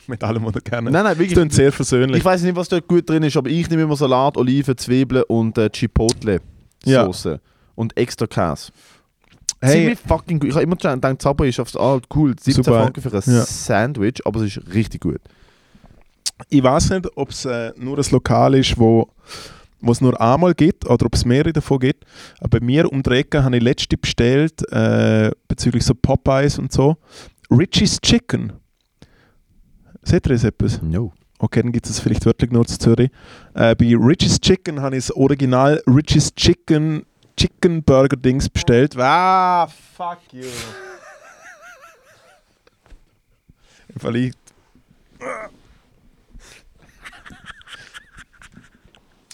[SPEAKER 2] Mit allem, was er gerne
[SPEAKER 1] Nein, nein,
[SPEAKER 2] Das
[SPEAKER 1] wirklich.
[SPEAKER 2] Ne. klingt sehr versöhnlich.
[SPEAKER 1] Ich weiß nicht, was dort gut drin ist, aber ich nehme immer Salat, Oliven, Zwiebeln und äh, Chipotle
[SPEAKER 2] Ja.
[SPEAKER 1] Soße und extra Käse.
[SPEAKER 2] Hey.
[SPEAKER 1] Ziemlich fucking gut. Ich habe immer gedacht, Subway ist aufs Ah, cool, 17
[SPEAKER 2] Super.
[SPEAKER 1] Franken für ein
[SPEAKER 2] Ja.
[SPEAKER 1] Sandwich, aber es ist richtig gut.
[SPEAKER 2] Ich weiß nicht, ob es äh, nur ein Lokal ist, wo wo es nur einmal gibt oder ob es mehrere davon gibt. Aber bei mir um die Ecke habe ich letzte bestellt, äh, bezüglich so Popeyes und so, Richie's Chicken. Seht ihr das etwas?
[SPEAKER 1] No.
[SPEAKER 2] Okay, dann gibt es vielleicht wirklich nur zu Zürich. Äh, bei Richie's Chicken habe ich das Original Richie's Chicken Chicken Burger Dings bestellt. Ah, fuck you. Im Fall ich.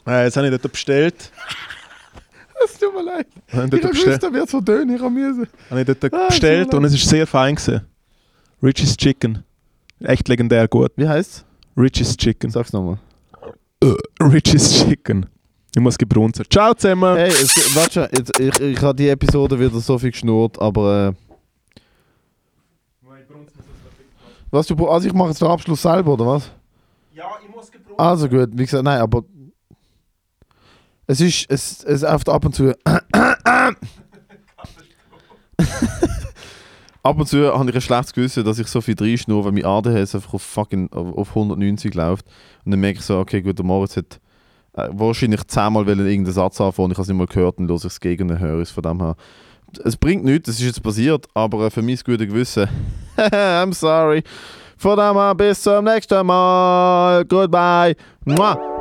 [SPEAKER 2] Äh, jetzt habe ich dort bestellt.
[SPEAKER 1] Es tut mir leid.
[SPEAKER 2] Habe ich dort bestellt,
[SPEAKER 1] da wird so dünn, ich habe müssen.
[SPEAKER 2] habe ich dort
[SPEAKER 1] Ah,
[SPEAKER 2] bestellt
[SPEAKER 1] so
[SPEAKER 2] und es ist sehr fein gewesen. Richie's Chicken. Echt legendär gut.
[SPEAKER 1] Wie heißt
[SPEAKER 2] Richie's Chicken.
[SPEAKER 1] es? Sag's nochmal.
[SPEAKER 2] Richie's Chicken. Ich muss gebrunzen. Ciao zusammen.
[SPEAKER 1] Hey, es, warte schon, jetzt, ich, ich habe die Episode wieder so viel geschnurrt, aber. Äh, was du. bra- Also, ich mache jetzt den Abschluss selber, oder was?
[SPEAKER 2] Ja, ich muss gebrunzen.
[SPEAKER 1] Also gut, wie gesagt, nein, aber. Es ist. Es, es oft ab und zu. ab und zu habe ich ein schlechtes Gewissen, dass ich so viel reinschnurre, weil mein ADHS einfach auf, fucking, auf auf 190 läuft. Und dann merke ich so, okay, gut, der Moritz hat äh, wahrscheinlich zehnmal wollen irgendeinen Satz anfangen und ich habe es nicht mal gehört und höre ich es gegen und höre es von dem her. Es bringt nichts, es ist jetzt passiert, aber äh, für mein gutes Gewissen, I'm sorry. Von dem her bis zum nächsten Mal. Goodbye. Mua.